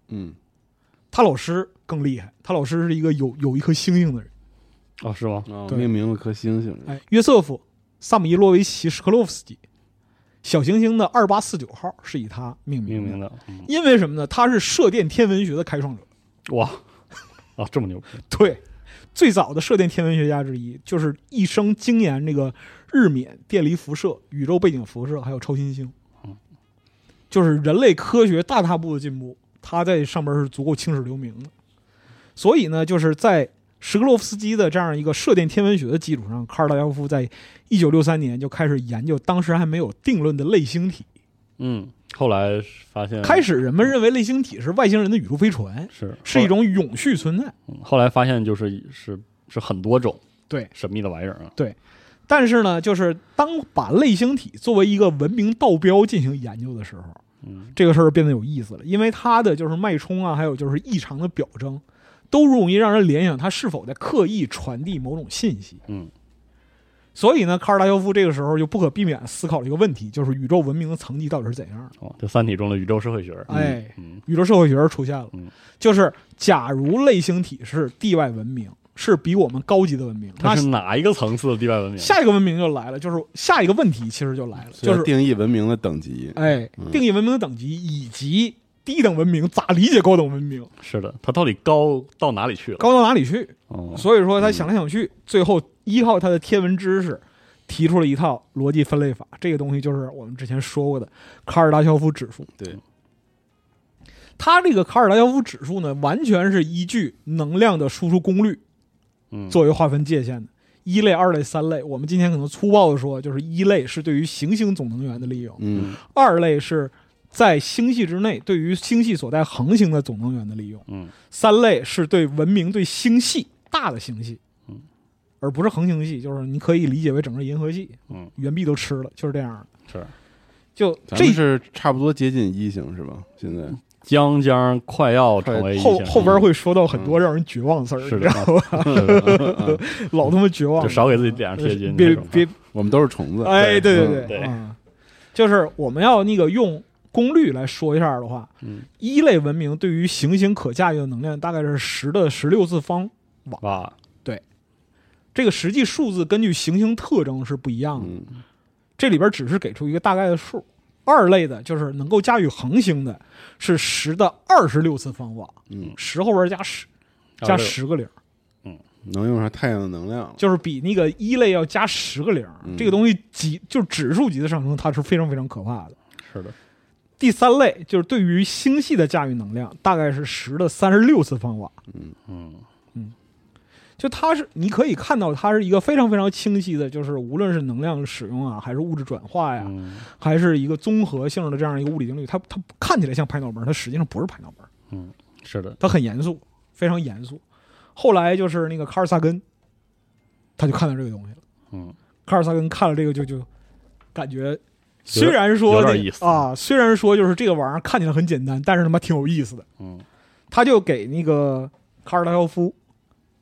嗯
他老师更厉害，他老师是一个有有一颗星星的人，
哦，是吗？
哦
对
命名了颗星星，
嗯
哎，约瑟夫·萨姆伊洛维奇·史克洛夫斯基，小行星的二八四九号是以他命名
命
的。
名的。嗯
因为什么呢？他是射电天文学的开创者，
哇，啊，这么牛逼！
对，最早的射电天文学家之一，就是一生精研这个日冕、电离辐射、宇宙背景辐射，还有超新星，就是人类科学大踏步的进步，他在上面是足够青史留名的。所以呢，就是在什克洛夫斯基的这样一个射电天文学的基础上，卡尔达肖夫在一九六三年就开始研究当时还没有定论的类星体。
嗯，后来发现
开始人们认为类星体是外星人的宇宙飞船，
是
是一种永续存在。
嗯后来发现就是是是很多种
对
神秘的玩意儿啊。
但是呢，就是当把类星体作为一个文明道标进行研究的时候，
嗯
这个事儿变得有意思了，因为它的就是脉冲啊，还有就是异常的表征，都容易让人联想它是否在刻意传递某种信息。
嗯，
所以呢，卡尔达肖夫这个时候就不可避免地思考了一个问题，就是宇宙文明的层级到底是怎样的？
哦，这《三体》中的宇宙社会学。
哎，
嗯
宇宙社会学出现了
嗯，
就是假如类星体是地外文明，是比我们高级的文明，
它
那
是哪一个层次的地外文明？
下一个文明就来了，就是下一个问题其实就来了，
所以
就
要
是
定义文明的等级，
哎，
嗯
定义文明的等级以及低等文明咋理解高等文明，
是的，它到底高到哪里去了？
高到哪里去？
哦，嗯
所以说他想来想去，最后依靠他的天文知识，提出了一套逻辑分类法。这个东西就是我们之前说过的卡尔达肖夫指数。
对，
他这个卡尔达肖夫指数呢，完全是依据能量的输出功率
嗯
作为划分界限的。一类、二类、三类，我们今天可能粗暴的说，就是一类是对于行星总能源的利用，
嗯
二类是在星系之内对于星系所在恒星的总能源的利用。
嗯，
三类是对文明对星系大的星系，
嗯，
而不是恒星系，就是你可以理解为整个银河系，
嗯，
原币都吃了，就是这样的。
是
就
咱
这
们是差不多接近一型是吧？现在
将将快要成为一
后
线
后边会说到很多让人绝望的事儿，你
嗯是
知
的啊
道吗？
嗯
老他妈绝望
就
了，
少给自己脸上贴金，
别
那种啊
别
我们都是虫子，
哎，对
嗯
对对，
对
嗯就是我们要那个用功率来说一下的话，
嗯
一类文明对于行星可驾驭的能量大概是十的十六次方，
哇，
这个实际数字根据行星特征是不一样的，
嗯，
这里边只是给出一个大概的数。二类的就是能够驾驭恒星的，是十的二十六次方瓦，
嗯，啊
十后边加十，
26
加十个零，
能用上太阳的能量了，
就是比那个一类要加十个零
嗯。
这个东西级就指数级的上升，它是非常非常可怕的。
是的，
第三类就是对于星系的驾驭能量，大概是十的三十六次方瓦。
嗯
就它是，你可以看到它是一个非常非常清晰的，就是无论是能量使用啊，还是物质转化呀，
嗯
还是一个综合性的这样一个物理定律，它它看起来像拍脑门儿，它实际上不是拍脑门儿，
嗯，是的，
它很严肃，非常严肃。后来就是那个卡尔萨根，他就看到这个东西了。
嗯，
卡尔萨根看了这个就就感觉，
有点
虽然说
有点
那
意思
啊，虽然说就是这个玩意儿看起来很简单，但是他妈挺有意思的。
嗯
他就给那个卡尔达肖夫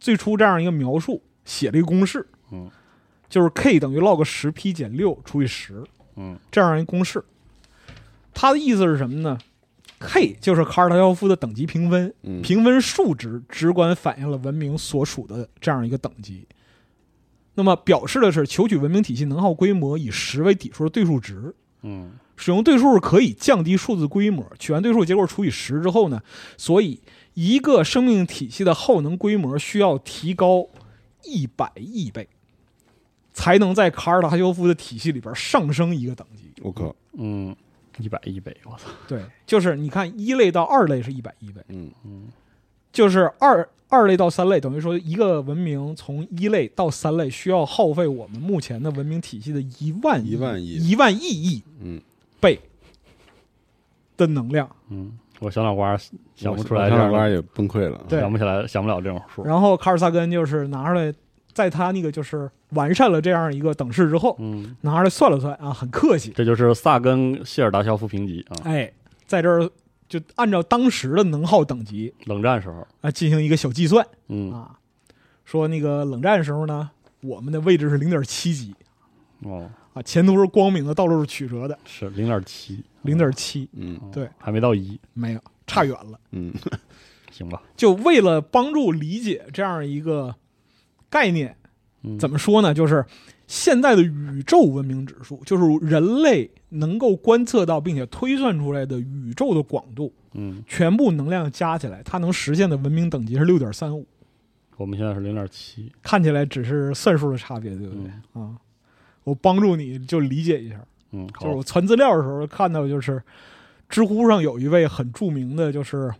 最初这样一个描述，写了一个公式，
嗯，
就是 k 等于 log 十 p 减六除以十
嗯
这样一个公式。他的意思是什么呢？k 就是卡尔达肖夫的等级评分，
嗯，
评分数值直观反映了文明所属的这样一个等级。那么表示的是，求取文明体系能耗规模以十为底数的对数值。
嗯
使用对数可以降低数字规模，取完对数结果除以十之后呢，所以一个生命体系的耗能规模需要提高一百亿倍，才能在卡尔达修夫的体系里边上升一个等级。
我靠，
嗯，一百一倍，我操，
对，就是你看一类到二类是一百亿倍，
嗯
就是二二类到三类，等于说一个文明从一类到三类需要耗费我们目前的文明体系的一万
一万亿
一万亿亿
嗯，
倍的能量。
嗯，我小脑瓜想不出来这
我
样
小脑瓜
的，
也崩溃了，
对
想不起来，想不了这种数，
然后卡尔萨根就是拿出来，在他那个就是完善了这样一个等式之后，
嗯，
拿出来算了算啊，很客气，
这就是萨根谢尔达肖夫评级啊，
哎，在这儿就按照当时的能耗等级
冷战时候，
啊进行一个小计算
嗯
啊，说那个冷战时候呢，我们的位置是零点七级
哦
啊，前途是光明的，道路是曲折的，
是零点七，
零点七
嗯
哦
对
还没到一，
没有，差远了。
嗯，
行吧，
就为了帮助理解这样一个概念，
嗯，
怎
么
么说呢？就是现在的宇宙文明指数，就是人类能够观测到并且推算出来的宇宙的广度，
嗯，
全部能量加起来，它能实现的文明等级是六点三五。
我们现在是零点七，
看起来只是算数的差别，对不对、
嗯
啊？我帮助你就理解一下，
嗯，
就是
好
我，传资料的时候看到，就是知乎上有一位很著名的，就是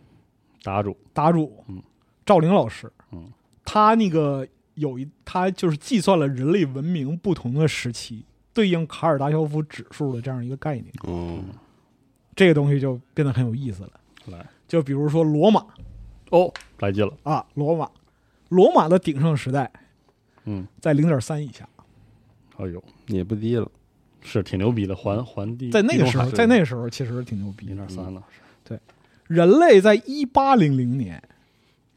打住，
答主
嗯
赵玲老师，
嗯，
他那个有一他就是计算了人类文明不同的时期对应卡尔达肖夫指数的这样一个概念，
哦，
这个东西就变得很有意思了。
来，
就比如说罗马
哦，来劲了，
啊，罗马，罗马的鼎盛时代
嗯，
在零点三以下，
哎呦，
也不低了，
是挺牛逼的，环环地
嗯在那个时候，在那
个
个时候其实挺牛逼
零
的。
点三了，
人类在一八零零年，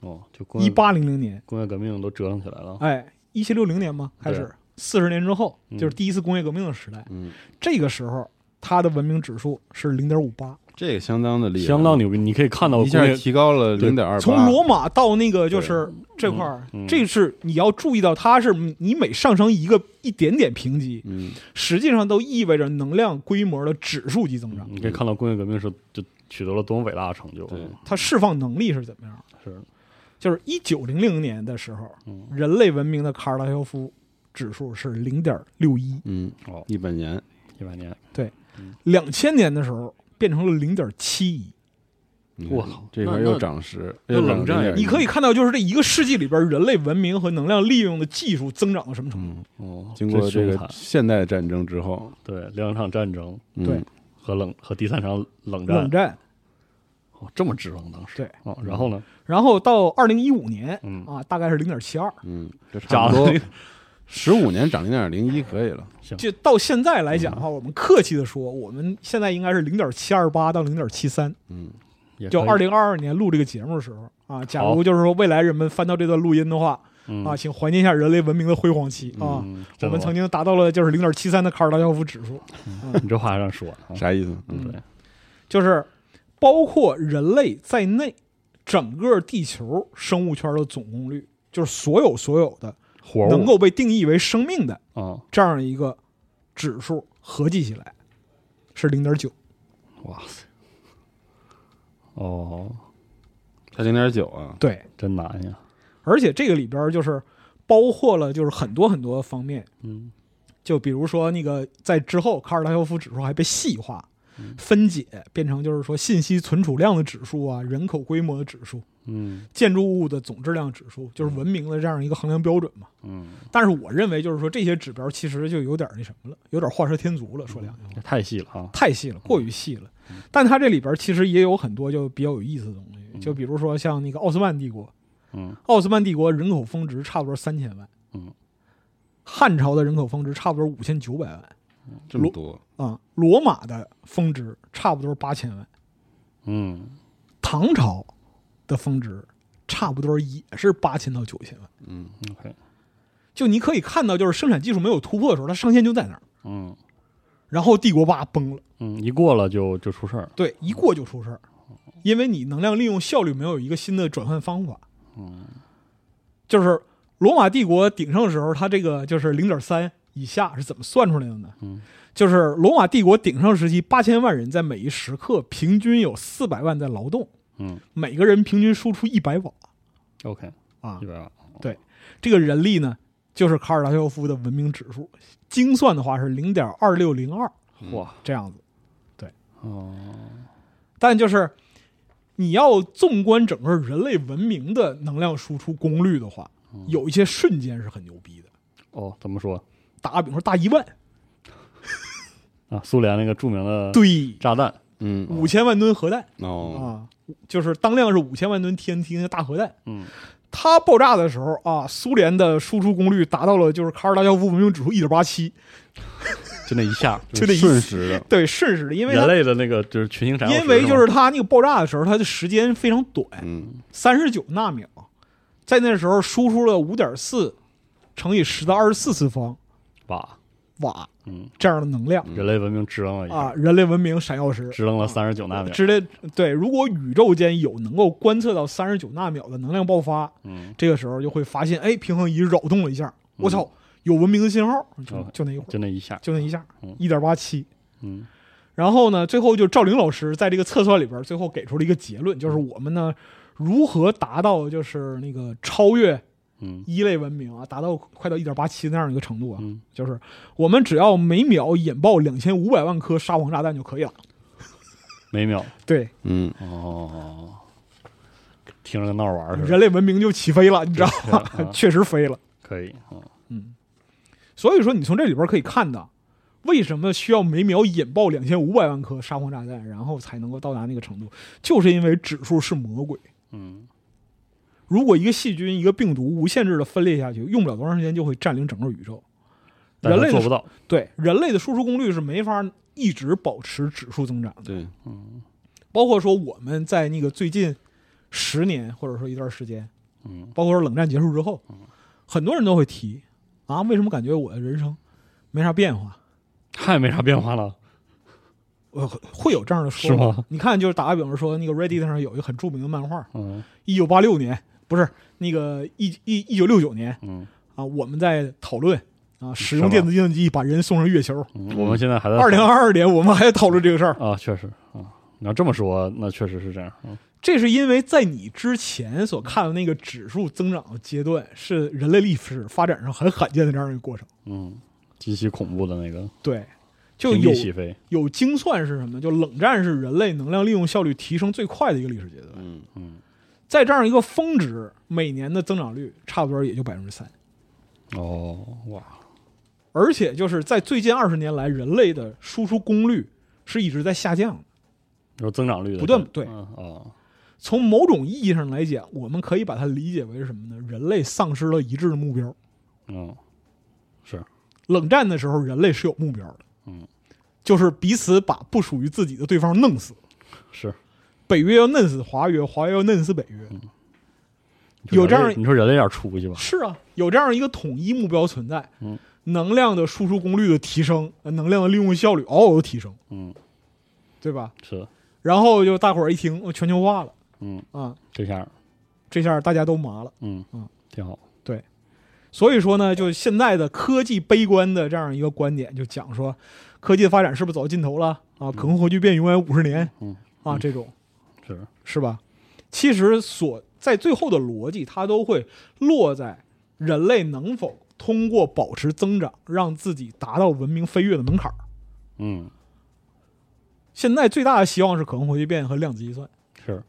哦，就工
嗯一
业
八零零年，
工业革命都折腾起来了，
哎，一七六零年嘛开
哦对
始，四十年之后
嗯
就是第一次工业革命的时代。
嗯，
这个时候，它的文明指数是零点五八，
这个相当的厉害，
相当牛逼，你可以看到
一
啊工
下
业
提高了
对
零点二八，
从罗马到那个就是这块儿，
嗯嗯
这是你要注意到，它是你每上升一个一点点评级，
嗯，
实际上都意味着能量规模的指数级增长，
你可以看到工业革命是就取得了多么伟大的成就。嗯
对，
它释放能力是怎么样的？
是，
就是一九零零年的时候，
嗯
人类文明的卡尔达肖夫指数是零点六一，
嗯，
哦，
一百年，
一百年，
两千年的时候变成了零点七一。
你看
我靠
这块
那
儿
那
又涨十，
那
又
冷战
0.1
你可以看到，就是这一个世纪里边，人类文明和能量利用的技术增长到什么程度？
嗯，
哦，
经过
真
这
凶
个
残
现代战争之后，
对两场战争，
嗯
对，
和冷和第三场冷战，
冷战。
哦，这么质问当时
对，
哦，然后呢，
然后到二零一五年
嗯，
啊，大概是零点七二，
嗯，就差
讲
不
了
多十五年涨零点零一可以了。
就到现在来讲的话，我们客气的说，我们现在应该是零点七二八到零点七三。
嗯，
也
就
可以
二零二二年录这个节目的时候啊，假如就是说未来人们翻到这段录音的话
嗯
啊，请怀念一下人类文明的辉煌期啊。
嗯，
我
这个
们曾经达到了就是零点七三的卡尔达肖夫指数，
你 这话让说啊，
啥意思？嗯，
对，
就是包括人类在内，整个地球生物圈的总功率，就是所有所有的
活物
能够被定义为生命的
啊，
这样一个指数合计起来是零点九，
哇塞，哦，
才零点九啊，
对，
真难呀，
而且这个里边儿就是包括了就是很多很多方面，
嗯
就比如说那个在之后，卡尔达肖夫指数还被细化、
嗯
分解，变成就是说信息存储量的指数啊、人口规模的指数、
嗯
建筑物的总质量指数，就是文明的这样一个衡量标准嘛。
嗯，
但是我认为就是说这些指标其实就有点那什么了，有点画蛇添足了。说两句话
这太细了啊，
太细了，过于细了。但它这里边其实也有很多就比较有意思的东西，就比如说像那个奥斯曼帝国，
嗯，
奥斯曼帝国人口峰值差不多三千万，
嗯，
汉朝的人口峰值差不多五千九百万。
这么多，
啊，罗马的峰值差不多八千万，
嗯，
唐朝的峰值差不多也是八千到九千万。
嗯，
OK，
就你可以看到，就是生产技术没有突破的时候，它上限就在那儿。
嗯
然后帝国吧崩了，
嗯，一过了就就出事儿了，
对，一过就出事儿，因为你能量利用效率没有一个新的转换方法。
嗯，
就是罗马帝国鼎盛的时候，它这个就是零点三以下是怎么算出来的呢？
嗯，
就是罗马帝国鼎盛时期，八千万人在每一时刻平均有四百万在劳动，
嗯
每个人平均输出一百瓦
，OK，
啊
一。百万，
这个人力呢，就是卡尔达肖夫的文明指数，精算的话是零点二六零二
哇，
这样子。
哦，
但就是你要纵观整个人类文明的能量输出功率的话，有一些瞬间是很牛逼的。
哦，怎么说
打个比方，大一万，
啊？苏联那个著名的
对，
炸弹，
嗯，
五千万吨核弹
哦，
啊，就是当量是五千万吨 TNT 的大核弹。
嗯，
它爆炸的时候啊，苏联的输出功率达到了就是卡尔达肖夫文明指数一点八七，
就那一下，
就那一
瞬时的，
对，瞬时的，因为它
人类的那个就是群星闪耀时
因
吗，
为就是它那个爆炸的时候，它的时间非常短，
嗯，
三十九纳秒，在那时候输出了五点四乘以十的二十四次方
哇，
瓦
嗯，
这样的能量、
人类文明支棱了一下，
啊，人类文明闪耀时。
支棱了三十九纳秒，
之类对，如果宇宙间有能够观测到三十九纳秒的能量爆发，
嗯，
这个时候就会发现，哎，平衡仪扰动了一下，我操，有文明的信号，就
哦
就那一会儿，
就那一下，
就那一下
嗯，
一点八七，
嗯
然后呢，最后就赵玲老师在这个测算里边，最后给出了一个结论，就是我们呢如何达到就是那个超越
嗯
一类文明啊，达到快到一点八七那样一个程度啊，
嗯，
就是我们只要每秒引爆两千五百万颗沙皇炸弹就可以了。
每秒，
对，
嗯，
哦，听着跟闹着玩儿似的，
人类文明就起飞了，你知道吗？
啊
确实飞了。
可以，嗯
所以说，你从这里边可以看到，为什么需要每秒引爆两千五百万颗沙皇炸弹，然后才能够到达那个程度，就是因为指数是魔鬼。
嗯，
如果一个细菌、一个病毒无限制的分裂下去，用不了多长时间就会占领整个宇宙。
但
人
是
类
做
的
不到，
对人类的输出功率是没法一直保持指数增长的，
对，
包括说我们在那个最近十年或者说一段时间，
嗯，
包括说冷战结束之后，很多人都会提啊，为什么感觉我的人生没啥变化？
太没啥变化了，
呃，会有这样的说法。
是吗
你看，就是打个比方说，那个 Reddit 上有一个很著名的漫画，
嗯
一九八六年不是那个一一一九六九年，
嗯
啊，我们在讨论啊，使
是
用
吧
电子计算机把人送上月球。
嗯，我们现在还在
二零二二年，我们还在讨论这个事儿，
啊，确实啊，你要这么说，那确实是这样，嗯
这是因为在你之前所看的那个指数增长的阶段，是人类历史发展上很罕见的这样一个过程。
嗯，极其恐怖的那个
对，就
平地
有
起飞，
有精算是什么？就冷战是人类能量利用效率提升最快的一个历史阶段。
嗯
嗯，
在这样一个峰值，每年的增长率差不多也就百分之三，
哦，哇，
而且就是在最近二十年来，人类的输出功率是一直在下降的。
有增长率的，
不断对
嗯哦，
从某种意义上来讲，我们可以把它理解为是什么呢？人类丧失了一致的目标。
嗯，
冷战的时候，人类是有目标的，
嗯，
就是彼此把不属于自己的对方弄死。
是
北约要弄死华约，华约要弄死北约。
嗯就
有
人类
这样
你说人类有点出息吧？
是啊，有这样一个统一目标存在，
嗯
能量的输出功率的提升，呃能量的利用效率嗷嗷的提升，
嗯，
对吧？
是，
然后就大伙儿一听，哦，全球化了
嗯，
啊，
这下，
这下大家都麻了。
嗯
嗯，
挺好，
所以说呢，就现在的科技悲观的这样一个观点，就讲说科技的发展是不是走到尽头了啊？可能回去变永远五十年，
嗯
啊，
嗯
这种
是，
是吧？其实所在最后的逻辑，它都会落在人类能否通过保持增长，让自己达到文明飞跃的门槛儿。
嗯，
现在最大的希望是可控回聚变和量子计算，
是，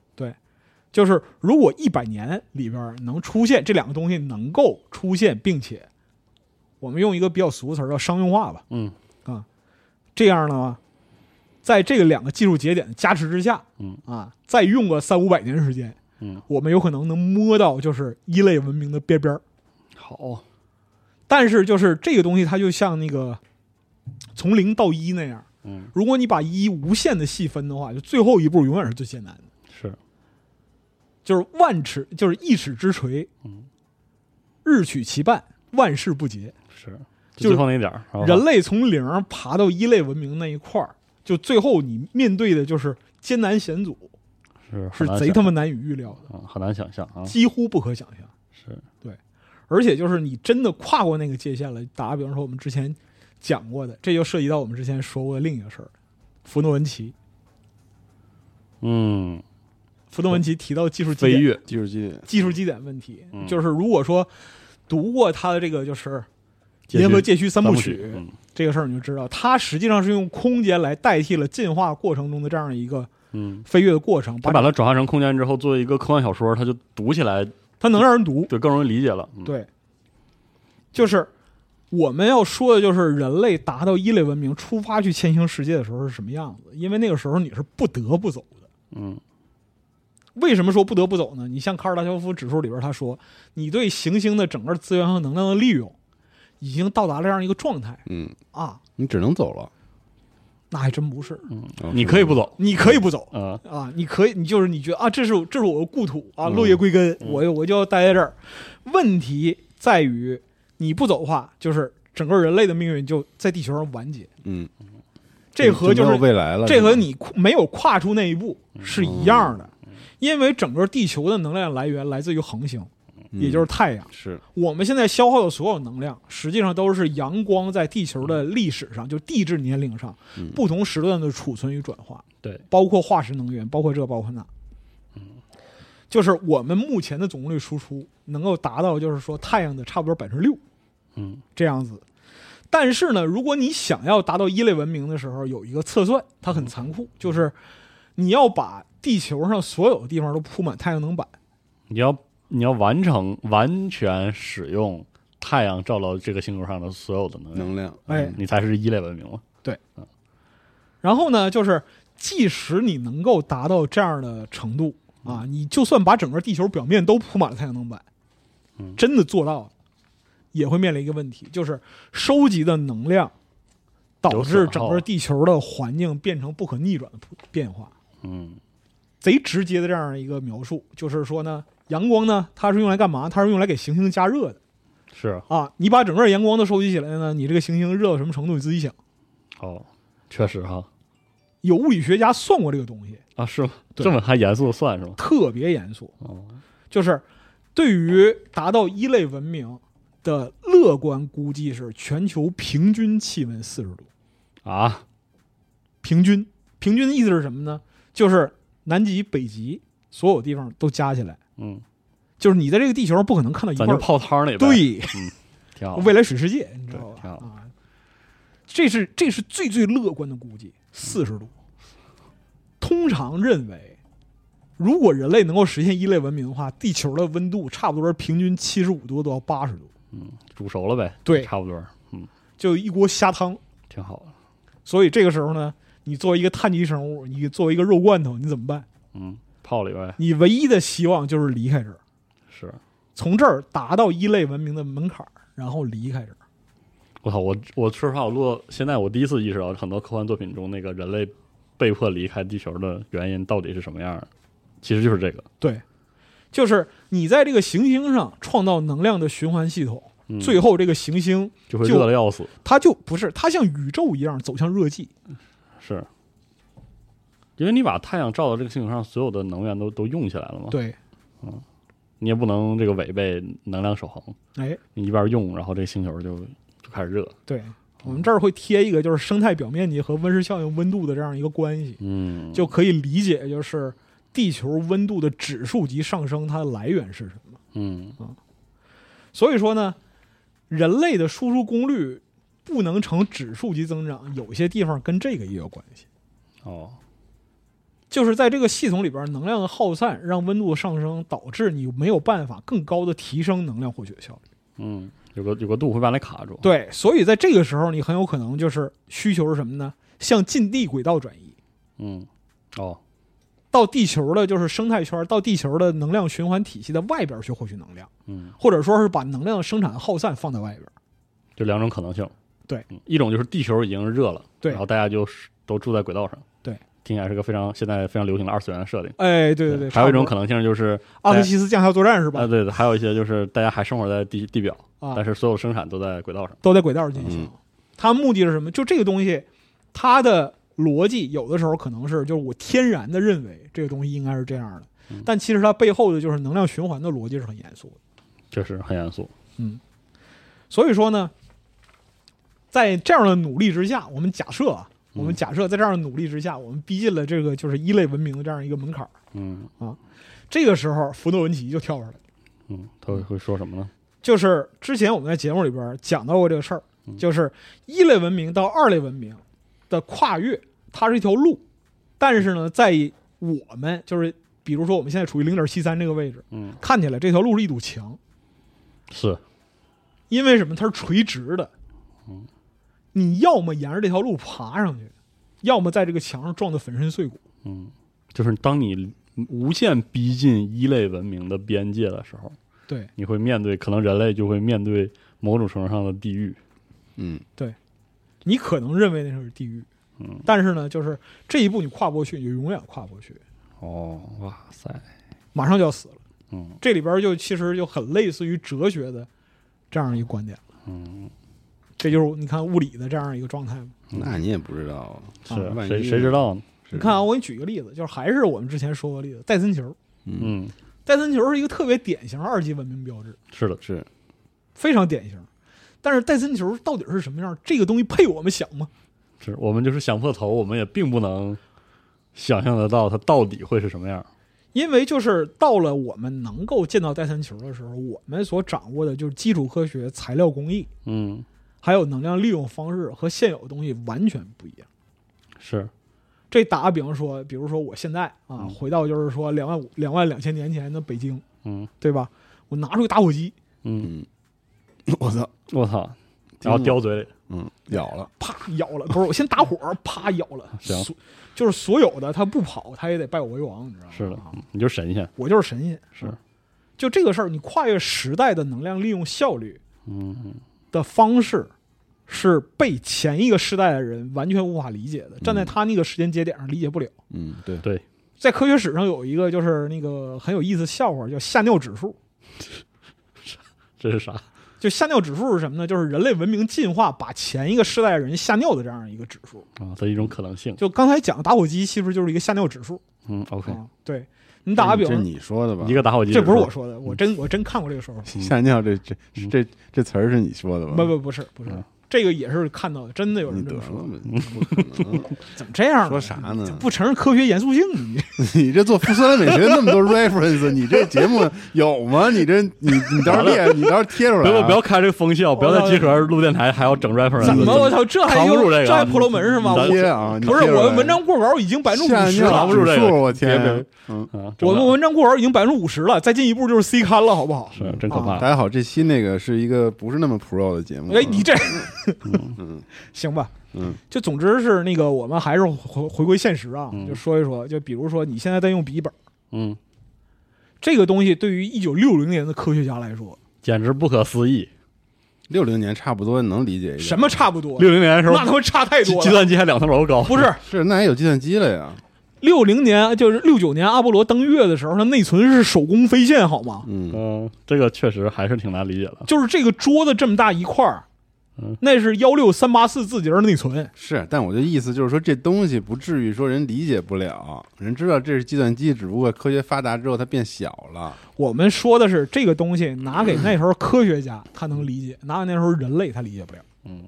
就是如果一百年里边儿能出现这两个东西能够出现，并且我们用一个比较俗的词儿叫商用化吧，啊
嗯
这样呢，在这个两个技术节点的加持之下，
嗯
啊，再用个三五百年时间，
嗯，
我们有可能能摸到就是一类文明的边边儿。
好，
但是就是这个东西，它就像那个从零到一那样，
嗯，
如果你把一无限的细分的话，就最后一步永远是最艰难的，
是，
就是万尺，就是一尺之锤，
嗯，
日取其半，万事不竭。
是，
就
最后那点儿，好吧
人类从零儿爬到一类文明那一块儿，就最后你面对的就是艰难险阻，
是
是
很难
贼
想
他妈难以预料的，
嗯很难想象啊，
几乎不可想象。
是，
而且就是你真的跨过那个界限了，打个比方说我们之前讲过的，这就涉及到我们之前说过的另一个事儿，弗诺文奇。
嗯，
弗诺文奇提到技术基
飞
点
跃，
技术基点，
技术基点问题，
嗯
就是如果说读过他的这个就是《
结
联合
局
界区三
三
部曲》
曲，嗯
这个事儿，你就知道它实际上是用空间来代替了进化过程中的这样一个
嗯。
飞跃的过程，
他
把
把它转化成空间之后，作为一个科幻小说，它就读起来
它能让人读，
对更容易理解了。嗯，
对，就是我们要说的就是人类达到一类文明出发去践行世界的时候是什么样子，因为那个时候你是不得不走的。
嗯，
为什么说不得不走呢？你像卡尔达肖夫指数里边他说，你对行星的整个资源和能量的利用已经到达了这样一个状态
嗯，
啊，
你只能走了。
那还真不是，
哦
你可以不，走，
你可以不走。
嗯，
啊，你可以，你就是你觉得啊，这是我这是我的故土
嗯
啊，落叶归根，我我就要待在这儿。问题在于你不走的话，就是整个人类的命运就在地球上完结。
是嗯，
这和就
就没有
是
未来了。嗯
这和
是吧
你跨没有跨出那一步是一样的，
嗯
因为整个地球的能量来源来自于恒星，
嗯
也就是太阳。
是
我们现在消耗的所有能量，实际上都是阳光在地球的历史上，就地质年龄上
嗯，
不同时段的储存与转化。
对，
包括化石能源，包括这，包括那。就是我们目前的总功率输出能够达到，就是说太阳的差不多百分之六
嗯，
这样子。但是呢，如果你想要达到一类文明的时候，有一个测算，它很残酷，就是你要把地球上所有地方都铺满太阳能板。
你要你要完成完全使用太阳照到这个星球上的所有的能量，
能量。
哎
嗯
你才是一类文明了。
然后呢，就是即使你能够达到这样的程度啊，你就算把整个地球表面都铺满了太阳能板，
嗯
真的做到了，也会面临一个问题，就是收集的能量导
有
致
损
整
耗
个地球的环境变成不可逆转的变化。
嗯，
贼直接的这样一个描述，就是说呢，阳光呢，它是用来干嘛？它是用来给行星加热的
是
啊！你把整个阳光都收集起来呢，你这个行星热到什么程度，你自己想。
哦，确实哈
有物理学家算过这个东西，
啊，是吗？
对
这么还严肃的算是吗？
特别严肃。
哦，
就是对于达到一类文明的乐观估计是全球平均气温四十度，
啊，
平均平均的意思是什么呢？就是南极、北极所有地方都加起来，
嗯，
就是你在这个地球上不可能看到一
咱
半
就
儿
泡汤里呗，，
对
挺好。
未来水世界，你知道
对挺
吧
好？
啊，这是这是最最乐观的估计，四十度。通常认为，如果人类能够实现一类文明的话，地球的温度差不多是平均七十五度到八十度。
煮熟了呗，
对
差不多，嗯，
就一锅虾汤。
挺好的。
所以这个时候呢，你作为一个碳基生物，你作为一个肉罐头，你怎么办？
嗯，泡里呗，
你唯一的希望就是离开这儿，
是。
从这儿达到一类文明的门槛儿，然后离开这儿。
我操，我我说实话，我录到现在我第一次意识到，很多科幻作品中那个人类被迫离开地球的原因到底是什么样儿的，其实就是这个。
对，就是你在这个行星上创造能量的循环系统，
嗯、
最后这个行星
就会
就
热的要死，
它就不是它像宇宙一样走向热寂。
是。因为你把太阳照到这个星球上，所有的能源都都用起来了嘛，
对，
你也不能这个违背能量守恒，
哎，
你一边用，然后这个星球就就开始热，
对我们这儿会贴一个就是生态表面积和温室效应温度的这样一个关系，
嗯，
就可以理解就是地球温度的指数级上升，它的来源是什么。
嗯
所以说呢，人类的输出功率不能呈指数级增长，有些地方跟这个也有关系。
哦，
就是在这个系统里边，能量的耗散让温度上升，导致你没有办法更高的提升能量获取的效率。
嗯，有个有个度会把你卡住，
对，所以在这个时候，你很有可能就是需求是什么呢？向近地轨道转移，
嗯，哦，
到地球的，就是生态圈，到地球的能量循环体系的外边去获取能量，
嗯，
或者说是把能量的生产耗散放在外边。
就两种可能性。
对
嗯，一种就是地球已经热了，
对
然后大家就是都住在轨道上，
对，
听起来是个非常现在非常流行的二次元的设定。
哎，对对对，
还有一种
差
可能性就是
不多阿克西斯降下作战是吧？
啊，对对，还有一些就是大家还生活在地地表，
啊
呃但是所有生产都在轨道上。
都在轨道上进行
嗯。
它目的是什么？就这个东西，它的逻辑有的时候可能是就是我天然的认为这个东西应该是这样的，
嗯
但其实它背后的就是能量循环的逻辑是很严肃的。
确实很严肃，
所以说呢，在这样的努力之下，我们假设啊，我们假设在这样的努力之下，我们逼近了这个就是一类文明的这样一个门槛儿。
嗯
这个时候，福诺文奇就跳出来了，
嗯，他会会说什么呢？
就是之前我们在节目里边讲到过这个事儿，就是一类文明到二类文明的跨越，它是一条路，但是呢，在我们就是比如说我们现在处于零点七三这个位置，
嗯，
看起来这条路是一堵墙，
是，
因为什么？它是垂直的，你要么沿着这条路爬上去，要么在这个墙上撞得粉身碎骨。
嗯，就是当你无限逼近一类文明的边界的时候，
对
你会面对可能人类就会面对某种程度上的地狱。
嗯，
你可能认为那是地狱，
嗯，
但是呢，就是这一步你跨不过去，你就永远跨不过去，
哦，哇塞，
马上就要死了。
嗯
这里边就其实就很类似于哲学的这样一个观点了。
嗯。
这就是你看物理的这样一个状态嘛。
那你也不知道啊，
是
万
谁
一
谁
呢
知道呢？
是
你看啊，我给你举个例子，就是还是我们之前说过的例子，戴森球。
嗯，
嗯，
戴森球是一个特别典型二级文明标志，
是的，
是
非常典型。但是戴森球到底是什么样？这个东西配我们想吗？
是我们就是想破头，我们也并不能想象得到它到底会是什么样。
因为就是到了我们能够见到戴森球的时候，我们所掌握的就是基础科学、材料工艺，
嗯，
还有能量利用方式和现有的东西完全不一样。
是，
这打个比方说，比如说我现在啊，回到就是说两万五、两万两千年前的北京，
嗯
对吧？我拿出个打火机，
嗯，
嗯， 我操，
我操，然后叼嘴里，
嗯，咬了，
啪咬了，不是我先打火，啪咬了，
行
所就是所有的他不跑，他也得拜我为王，你知道吗？
是的
啊，
嗯你就神仙，
我就是神仙。
是，
就这个事儿，你跨越时代的能量利用效率
嗯，
的方式，是被前一个时代的人完全无法理解的，站在他那个时间节点上理解不了。
嗯，对，
对，
在科学史上有一个就是那个很有意思的笑话，叫吓尿指数。
这是啥？
就吓尿指数是什么呢？就是人类文明进化把前一个世代人吓尿的这样一个指数。
啊，的一种可能性。
就刚才讲的打火机，其实就是一个吓尿指数
嗯，OK，
啊。对你打个比
这是
方，
你说的吧？
一个打火机，
这不是我，说的，我真我真看过这个说法。
吓尿这这这这词儿是你说的吧？
不不不是不是
嗯，
这个也是看到的，真的有
你
人这
得
么
了
说。
吧，你不可能。
怎么这样呢？
说啥呢
你不承认科学严肃性呢？你
你这做富酸美学那么多 reference，你这节目有吗？你这你你到时候列，你到时候贴出
不
来、
要
啊。
不要开这个风气啊！不要在集合录电台还要整 rapper，
怎么我操，这还
扛不
有
住这个啊
还婆罗门是吗？
你
我
贴啊！你
不是
贴出来
我文章过稿已经百分之
吓
五十
尿
了
扛，不住这
指
个
数啊我天
别别！
嗯，
啊？
我们文章过稿已经百分之五十了，再进一步就是 C 刊了，好不好？
嗯是真可怕
大。家好，这期那个是一个不是那么 pro 的节目。
啊
啊
哎，你这
嗯
行吧，
嗯，
就总之是那个我们还是回回归现实啊，
嗯
就说一说，就比如说你现在在用笔记本
嗯，
这个东西，对于一九六零年的科学家来说，
简直不可思议。
六零年差不多能理解一点。
什么差不多，啊
六零年的时候
那，他妈差太
计
多
计
了。
算机还两层楼高，
不是
是那也有计算机了呀？
六零年，就是六九年阿波罗登月的时候，它内存是手工飞线，好吗？
嗯，
嗯，这个确实还是挺难理解的。
就是这个桌子这么大一块儿
嗯，
那是幺六三八四字节儿内存。
是，但我的意思就是说，这东西不至于说人理解不了，人知道这是计算机，只不过科学发达之后它变小了。
我们说的是这个东西拿给那时候科学家，他能理解；拿给那时候人类，他理解不了。
嗯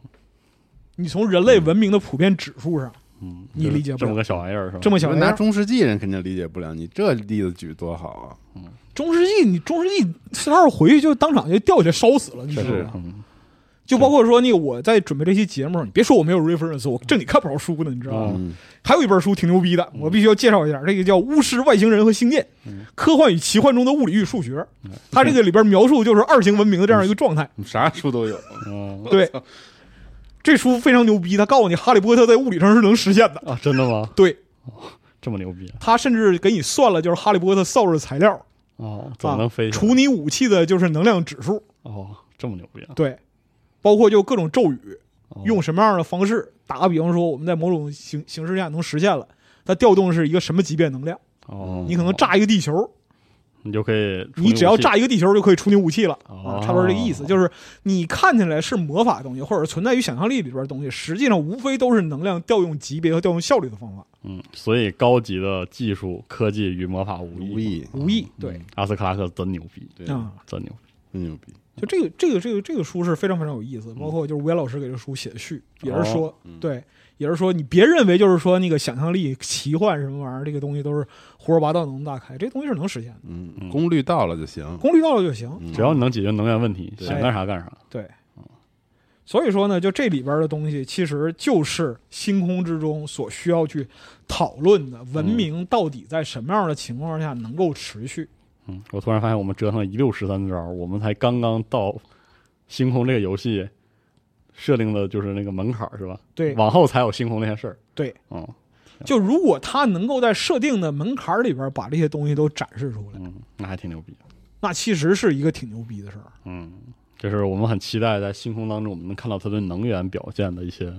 你从人类文明的普遍指数上，
嗯，
你理解不
这
了
么个小玩意儿是吧？
这么小
你说拿
拿
中世纪人肯定理解不了，你这例子举多好啊！
中世纪，你中世纪十二回去就当场就吊起来烧死了，你知道
是
吗？
嗯
就包括说那个我在准备这期节目，你别说我没有 reference，我正经看不着书呢，你知道吗？
啊，
嗯，
还有一本书挺牛逼的，我必须要介绍一下，这个叫《巫师、外星人和星舰：科幻与奇幻中的物理与数学》。它这个里边描述就是二型文明的这样一个状态。
啥书都有。
嗯
对，这书非常牛逼，它告诉你哈利波特在物理上是能实现的。
啊，真的吗？
对
这么牛逼啊
他甚至给你算了，就是哈利波特扫帚的材料，
哦，怎么
啊
能飞起来？
除你武器的就是能量指数，
哦，这么牛逼啊！
对，包括就各种咒语，
哦
用什么样的方式？打个比方说，我们在某种形形式下能实现了，它调动是一个什么级别能量？
哦，
你可能炸一个地球，
你就可以出一武器，
你只要炸一个地球就可以出你武器了。
哦
啊，差不多这个意思，就是你看起来是魔法的东西，或者存在于想象力里边的东西，实际上无非都是能量调用级别和调用效率的方法，
嗯，所以高级的技术、科技与魔法无异。
无意，
无意。对，
嗯，阿斯克拉克真牛逼，
对，
啊，
真牛逼。
真牛逼。
就这个这个这个这个书是非常非常有意
嗯
思，包括就是吴岩老师给这书写的序，
哦
也是说，对，也是说你别认为就是说那个想象力、奇幻什么玩意儿，这个东西都是胡说八道能大开，这东西是能实现的，
嗯，功率到了就行。
功率到了就行。
嗯
只要你能解决能源问题，
对
想干啥干啥。
对，所以说呢，就这里边的东西，其实就是星空之中所需要去讨论的文明到底在什么样的情况下能够持续。
嗯，我突然发现我们折腾了一溜十三招，我们才刚刚到星空这个游戏设定的就是那个门槛儿是吧？
对
往后才有星空那些事儿。
对，
嗯
就如果他能够在设定的门槛里边把这些东西都展示出来，
嗯，那还挺牛逼。
那其实是一个挺牛逼的事儿。
嗯，就是我们很期待在星空当中，我们能看到它对能源表现的一些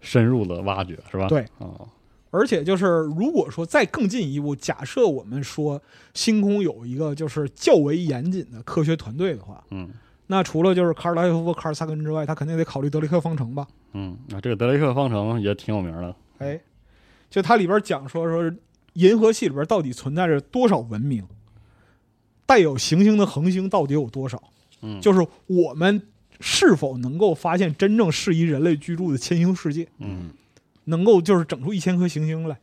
深入的挖掘，是吧？
对
哦，
而且就是，如果说再更进一步，假设我们说星空有一个就是较为严谨的科学团队的话，
嗯
那除了就是卡尔达耶夫和卡尔萨根之外，他肯定得考虑德雷克方程吧？
嗯，那、这个德雷克方程也挺有名的。
哎，就它里边讲说说是银河系里边到底存在着多少文明，带有行星的恒星到底有多少？
嗯
就是我们是否能够发现真正适宜人类居住的千星世界，
嗯
能够就是整出一千颗行星来。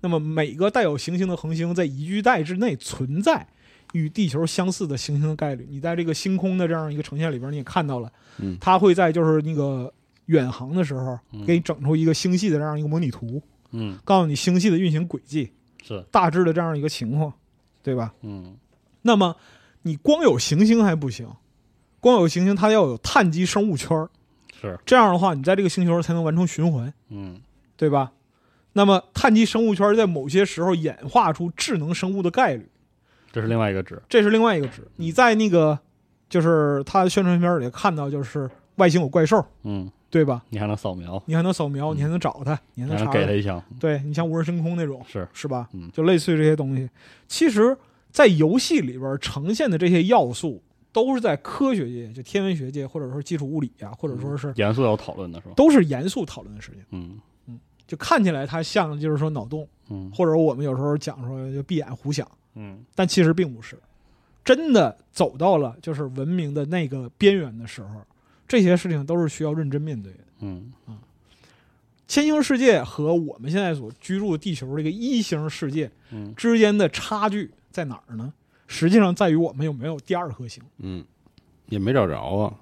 那么每个带有行星的恒星在宜居带之内存在与地球相似的行星的概率，你在这个星空的这样一个呈现里边，你也看到了，
嗯
它会在就是那个远航的时候
嗯
给你整出一个星系的这样一个模拟图，
嗯，
告诉你星系的运行轨迹，
是
大致的这样一个情况，对吧？
嗯
那么你光有行星还不行，光有行星它要有碳基生物圈儿，
是
这样的话你在这个星球上才能完成循环，
嗯
对吧？那么碳基生物圈在某些时候演化出智能生物的概率，
这是另外一个值。
这是另外一个值。你在那个就是它的宣传片里看到，就是外星有怪兽，
嗯，
对吧？
你还能扫描，
你还能扫描，你还能找它，你
你
还能
还
查
能
它
给他一枪。
对你像无人深空那种，
嗯是
是吧
嗯？
就类似于这些东西，其实，在游戏里边呈现的这些要素，都是在科学界，就天文学界，或者说基础物理啊，或者说是
严肃要讨论的是吧？
都是严肃讨论的事情。
嗯
就看起来它像就是说脑洞，
嗯
或者我们有时候讲说就闭眼胡想，
嗯
但其实并不是。真的走到了就是文明的那个边缘的时候，这些事情都是需要认真面对的。
嗯
千星世界和我们现在所居住的地球这个一星世界
嗯
之间的差距在哪儿呢？实际上在于我们有没有第二颗星。
嗯，也没找着啊。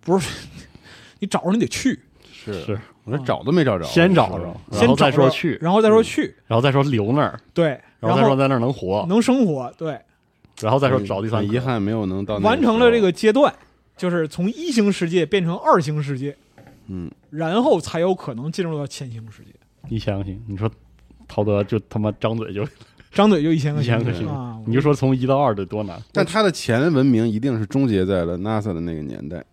不是， 你找着你得去，
是
是，
我说找都没找着。啊
先找
是
着
吧，
先
然后再
找
说
着
去，
然后再说去，
然后再说留那儿，
对，
然后再说在那儿能活，
能生活，对，
然后再说找第三
很
个。
遗憾没有能到那
完成了
时候
这个阶段，就是从一星世界变成二星世界，
嗯，
然后才有可能进入到千星世界。
一千个星，你说陶德就他妈张嘴就，
张嘴就一千个
一千个
星
星
啊！
你就说从一到二得多难，
但他的前文明一定是终结在了 NASA 的那个年代，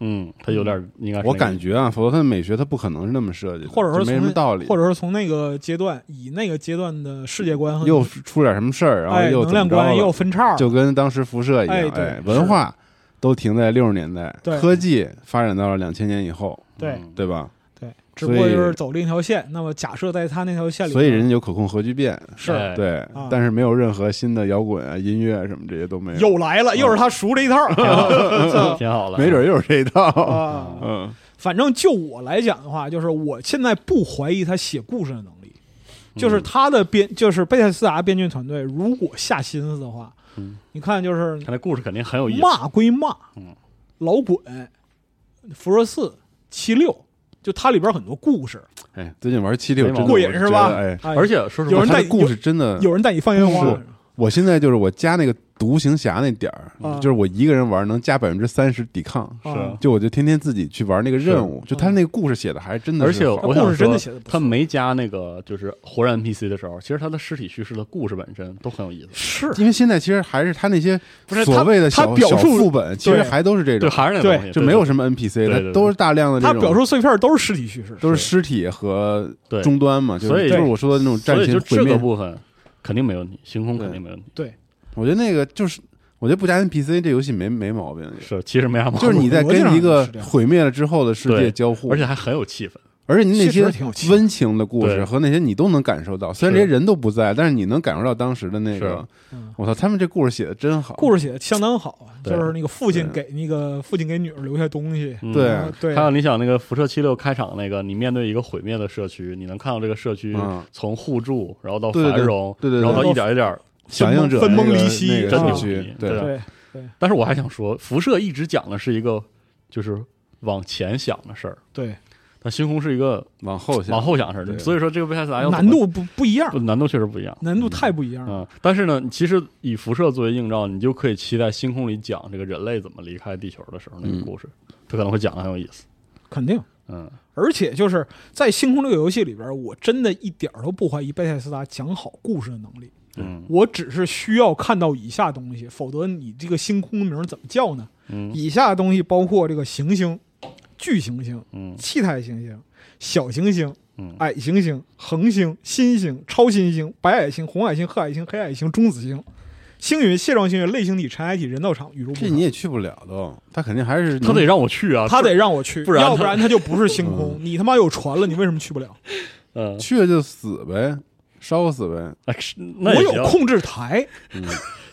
嗯，他有点应该是
我
那个
感觉啊，否则他的美学他不可能是那么设计的，
或者说
就没什么
从
道理，
或者说从那个阶段，以那个阶段的世界观和
又出点什么事儿，然后
哎能
又怎么
量
着了
观又分叉，
就跟当时辐射一样，
哎
哎，
对
文化都停在六十年代，
对
科技发展到了两千年以后，
对
嗯
对吧？
对，只不过
所以
就是走另一条线。那么假设在他那条线里，
所以人家有可控核聚变，
是
哎
对，
啊
但是没有任何新的摇滚啊、音乐什么这些都没有，
又来了，又是他熟这一套，嗯
挺好啊了，
没准又是这一套。
啊。
嗯，
反正就我来讲的话，就是我现在不怀疑他写故事的能力，
嗯
就是他的编，就是贝塞斯达编剧团队，如果下心思的话，
嗯
你看就是
他那故事肯定很有意思，
骂归骂，
嗯
老滚，辐射四七六，就它里边很多故事，
哎，最近玩七六真的
过瘾是吧
我觉得哎，
哎、
而且说实
有
话
人，
他
带
的故事真的，
有人带你放烟花啊
是，我现在就是我加那个独行侠那点儿，
啊
就是我一个人玩能加百分之三十抵抗。
是
啊
就我就天天自己去玩那个任务，就他那个故事写的还真的
而
是
且
好，
我
故
想
事真的
说
写得不错
他没加那个就是活人 NPC 的时候，其实他的尸体叙事的故事本身都很有意思，
是
因为现在其实还是他那些
不是
所谓的
他
小
他表
小
述
副本，其实还都是这
对，
种，
还是那个
对
东西，
就
对
没有
对
什么 NPC
对对
的，
对
都是大量的这
他
种，
表述碎片都是尸体叙事，
都是尸体和
对
终端嘛，就
所
是
以
就是我说的那种战
所以
神
就
毁
这个
灭。
部分肯定没问题，星空肯定没问题，
对，
我觉得那个就是，我觉得不加 NPC 这游戏没没毛病，
是其实没啥毛
就是
病，
你在
逻辑上
跟一个
是这样
毁灭了之后的世界
对
交互，
而且还很有气氛，
而且你那
确
些
实挺有气氛
温情的故事
对
和那些你都能感受到，虽然这
是
些人都不在，但是你能感受到当时的那个
是。
嗯
我操，他们这故事写的真好，
故事写的相当好啊，
对
就是那个父亲
对
给那个父亲给女儿留下东西，
嗯
对
啊对
还，有你想那个辐射七六开场那个，你面对一个毁灭的社区，你能看到这个社区
嗯
从互助，然后到
对对
繁荣，
对对对
然后到一点一点。
响应者
分崩
那个
离析
真
那个社
牛
区
逼，
对
对
对
但是我还想说，辐射一直讲的是一个就是往前想的事儿，
对，
但星空是一个
往后想
往后想的事
对
儿，所以说这个贝塞斯达要怎
难
么
度不不一样
不，难度确实不一样。
难度太不一样了，
嗯，但是呢，其实以辐射作为映照，你就可以期待星空里讲这个人类怎么离开地球的时候那个
嗯
故事，他可能会讲的很有意思。
肯定。
嗯，
而且就是在《星空》这个游戏里边，我真的一点儿都不怀疑贝塞斯达讲好故事的能力。
嗯，
我只是需要看到以下东西，否则你这个星空名儿怎么叫呢？
嗯
以下东西包括这个行星、巨行星、
嗯
气态行星、小行星、
嗯
矮行星、恒星、新星、超新星、白矮星、红矮星、褐矮星、黑矮星、中子星、星云、蟹状星云、类星体、尘埃体、人造场、宇宙
这
部
你
分。
也去不了都，他肯定还是
他得让我去啊，
他得让我去，
不然嗯
要
他
不然他就不是星空。你他妈有船了，你为什么去不了？
嗯，
去了就死呗，烧死呗。
哎是那
我
也
有
行
控制台，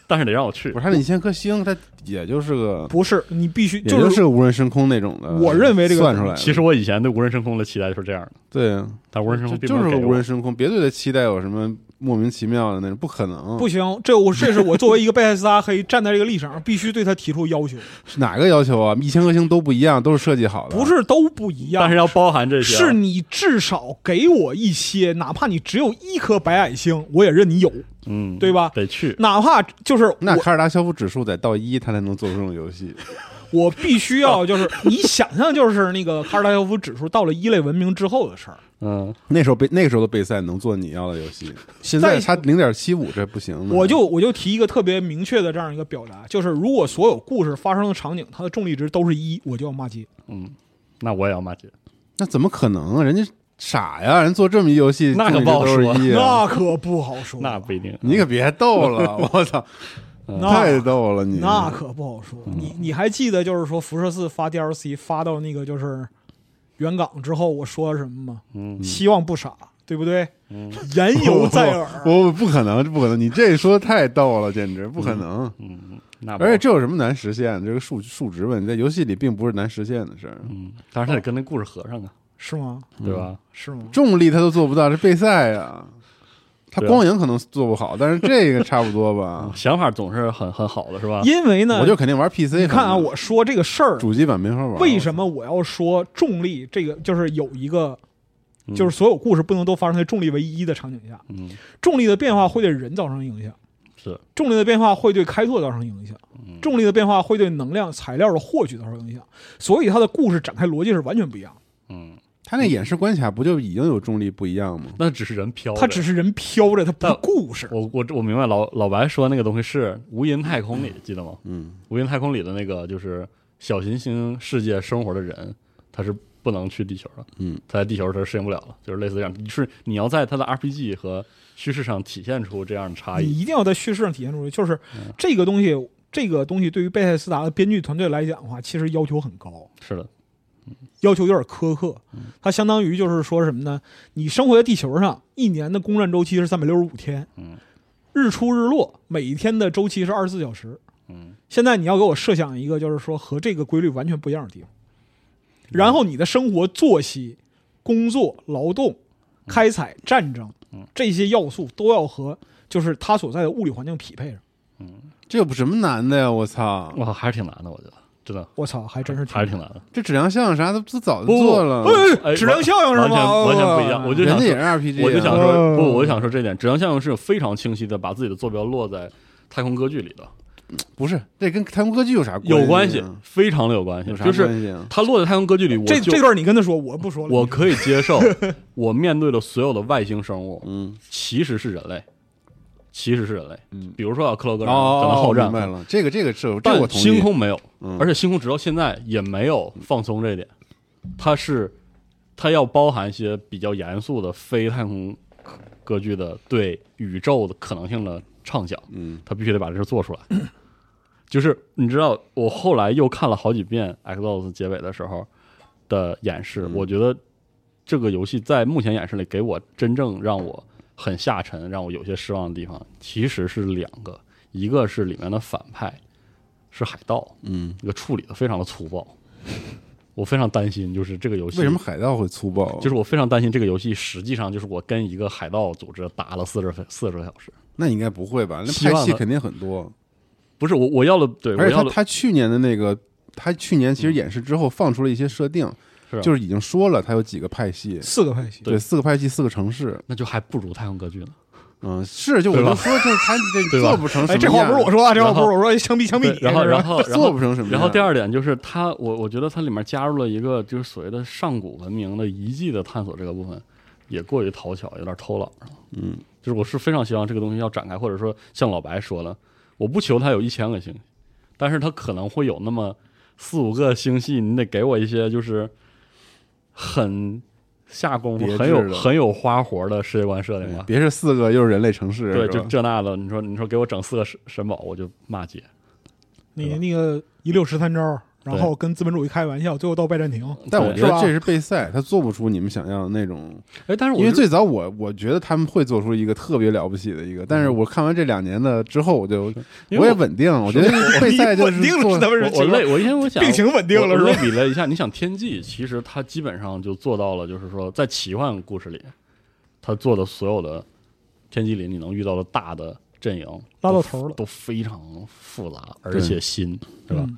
但是得让我去
不。是，他那一千颗星，他也就是个，
不是，你必须
也
就是
无人升空那种的。
我认为这个
算出来的，
其实我以前对无人升空的期待就是这样的，
对啊，
但无人升
就
空并
就
没有
是
给
个
我
无人升空，别对他期待有什么莫名其妙的那种，不可能。
不行。这我这是我作为一个贝塞斯达黑站在这个立场上，必须对他提出要求，
哪个要求啊？一千颗星都不一样，都是设计好的。啊
不，是都不一
但
样
是，要包含这些啊，
是你至少给我一些，哪怕你只有一颗白矮星，我也认你有，
嗯，
对吧
得去，
哪怕就是
那
我
卡尔达肖夫指数得到一，他才能做出这种游戏。
我必须要就是你想象就是那个卡尔达肖夫指数到了一类文明之后的事儿，
嗯，
那时候备那个时候的备赛能做你要的游 戏，现在他零点七五这不行的。
我就我就提一个特别明确的这样一个表达，就是如果所有故事发生的场景它的重力值都是一，我就要骂街。
那我也要骂街，
那怎么可能啊？人家傻呀，人做这么一游戏，
那可不好
重力
说
都是一啊
那可不好说，
那不一定，
你可别 逗了，我操，
那
太逗了你！
那可不好说。
嗯
你你还记得就是说辐射四发 DLC 发到那个就是原港之后我说了什么吗？
嗯，
希望不傻，对不对？ 言犹在耳。
嗯我不可能，不可能！你这说太逗了，简直不
嗯
可能！
那不
而且这有什么难实现的？这个数数值问题在游戏里并不是难实现的事儿。
嗯，但是他得跟那故事合上啊，
是吗？
对吧？
是吗？
重力他都做不到，这备赛啊，他
对啊。
光影可能做不好，但是这个差不多吧
想法总是很很好的，是吧？
因为
嗯
呢，
我就肯定玩 PC。
你看啊，我说这个事儿，
主机版没法玩。
为什么我要说重力这个就是有一个。
嗯
就是所有故事不能都发生在重力为一的场景下，
嗯，
重力的变化会对人造成影响，
是
重力的变化会对开拓造成影响，
嗯
重力的变化会对能量材料的获取造成影响，所以它的故事展开逻辑是完全不一样的。
他那演示关卡不就已经有重力不一样吗？
那只是人飘着。
它只是人飘着，它不
哦但
是故事。
我我我明白老老白说那个东西是无垠太空里，记得吗？
嗯，
无垠太空里的那个就是小行星世界生活的人，他是不能去地球的。
嗯，
他在地球他是适应不了了，就是类似这样。是你要在他的 RPG 和叙事上体现出这样的差
你
异。
一定要在叙事上体现出来，就是
嗯
这个东西，这个东西对于贝塞斯达的编剧团队来讲的话，其实要求很高，
是的，
要求有点苛刻。它相当于就是说什么呢？你生活在地球上，一年的公转周期是三百六十五天，
嗯
日出日落，每一天的周期是二十四小时。
嗯，
现在你要给我设想一个，就是说和这个规律完全不一样的地方，
嗯
然后你的生活作息、工作、劳动、
嗯
开采、战争这些要素都要和就是它所在的物理环境匹配上。
这有什么难的呀？我操，
我靠，还是挺难的，我觉得真的
我操，还真是
还是挺难的。
这质量效应啥的不早
不
就做了，
哎
哎，质量效应是
完全
吗？
完全不一样。我就想
人
说
家也是 RPG，啊
我就想
哦
说，不，我就想说这点，质量效应是非常清晰的，把自己的坐标落在太空歌剧里的，
不是这跟太空歌剧有啥
有关
关
系
啊，
非常的有关系
有。啥
就是
关系啊？
它落在太空歌剧里，我
这
就
这段你跟他说，我不说了。
我可以接 受，我面对的所有的外星生物
嗯，
其实是人类，其实是人类。
嗯
比如说啊，克劳格
哦
人可能好
哦，
战
明，白了，这个这个是这我
但
同
星
意。
空没有，
嗯
而且星空直到现在也没有放松这一点，它是它要包含一些比较严肃的非太空歌剧的对宇宙的可能性的畅想，
嗯，
它必须得把这事做出来。 就是你知道，我后来又看了好几遍 Xbox 结尾的时候的演示，
嗯
我觉得这个游戏在目前演示里给我真正让我很下沉、让我有些失望的地方，其实是两个，一个是里面的反派是海盗，
嗯，
这个处理的非常的粗暴， 我非常担心，就是这个游戏
为什么海盗会粗暴啊？
就是我非常担心这个游戏实际上就是我跟一个海盗组织打了四十四十个小时，
那你应该不会吧？那
希望
拍戏
他
肯定很多，
不是我我要了，对我
而且
要
他
了，
他去年的那个，他去年其实演示之后放出了一些设定，
是啊
就是已经说了他有几个派系，
四个派系，
对
对，四个派系，四个城市，
那就还不如太空歌剧呢。
嗯，是，就我
对吧
就说，就是他 这
对吧
做不成什
哎，
么样，
这话不是我说啊，这话
然
不
后
是我说，枪毙枪毙
对
你。
然后
是吧
然后然
啊做
后
不成什么样。
然后第二点就是它，我我觉得它里面加入了一个就是所谓的上古文明的遗迹的探索这个部分，也过于讨巧，有点偷懒了。
嗯，
就是我是非常希望这个东西要展开，或者说像老白说了，我不求它有一千个星系，但是它可能会有那么四五个星系，你得给我一些就是很下功
别
夫、
致
很有
的
很有花活的世界观设定
对
吧。
别是四个又是人类城市，
对，
是
就
吧
这那的，你说你说给我整四个神神堡，我就骂街。
你那个一六十三招，然后跟资本主义开玩笑，最后到拜占 庭。
但我
对
觉得
是吧
这是备赛，他做不出你们想要的那种。
哎，但是我
因
觉
为
得
最早我我觉得他们会做出一个特别了不起的一个，但是我看完这两年的之后，我就
因为
我也
我
稳定，我觉得备赛就是
稳定了，
做
是 他们是
我我累，我一天我想
病情稳定了
我
是吧
我类比了一下，你想《天际》，其实它基本上就做到了，就是说在奇幻故事里，它做的所有的《天际》里你能遇到的大的阵营
拉到
都
头了
都非常复杂，而且新，是吧？
嗯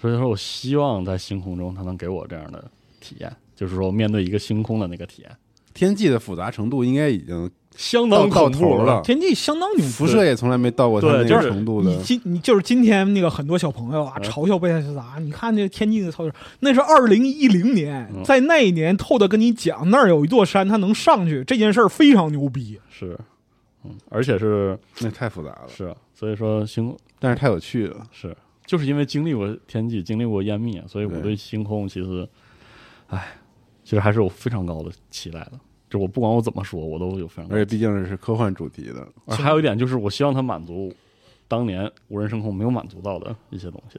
所以说我希望在星空中，它能给我这样的体验，就是说面对一个星空的那个体验，
天际的复杂程度应该已经
相
到
当
到
恐
头
怖。
了，
天际相当牛逼。
辐射也从来没到过他
对
那
就
个
是
程度的
你。今你就是今天那个很多小朋友啊
嗯
嘲笑贝塞斯达，你看这天际的操作，那是二零一零年，
嗯
在那一年透的跟你讲那儿有一座山，他能上去，这件事儿非常牛逼。
是，嗯，而且是
那太复杂了，
是，啊所以说星空
但是太有趣了。
是，就是因为经历过天际，经历过湮灭，所以我
对
对星空其实，哎，其实还是有非常高的期待的。就我不管我怎么说，我都有非常高
而
的
且
期
毕竟是科幻主题的，
待。而还有一点就是，我希望它满足当年无人声控没有满足到的一些东西，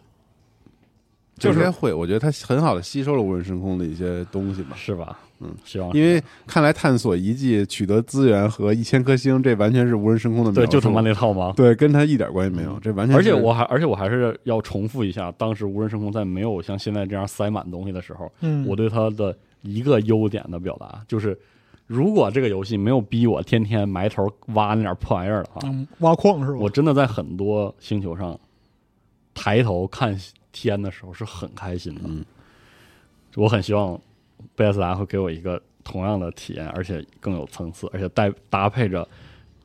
就是
应该会。我觉得它很好的吸收了无人深空的一些东西吧。
是吧？嗯，希望
因为看来探索遗迹、取得资源和一千颗星，这完全是无人深空的描
对，
述。
就他妈那套嘛。
对，跟他一点关系没有，这完全是。
而且我还，而且我还是要重复一下，当时无人声控在没有像现在这样塞满东西的时候，
嗯，
我对它的一个优点的表达就是，如果这个游戏没有逼我天天埋头挖那点破玩意儿了啊，
嗯挖矿是吧？
我真的在很多星球上抬头看天的时候是很开心的。
嗯
我很希望贝塞斯达会给我一个同样的体验，而且更有层次，而且带搭配着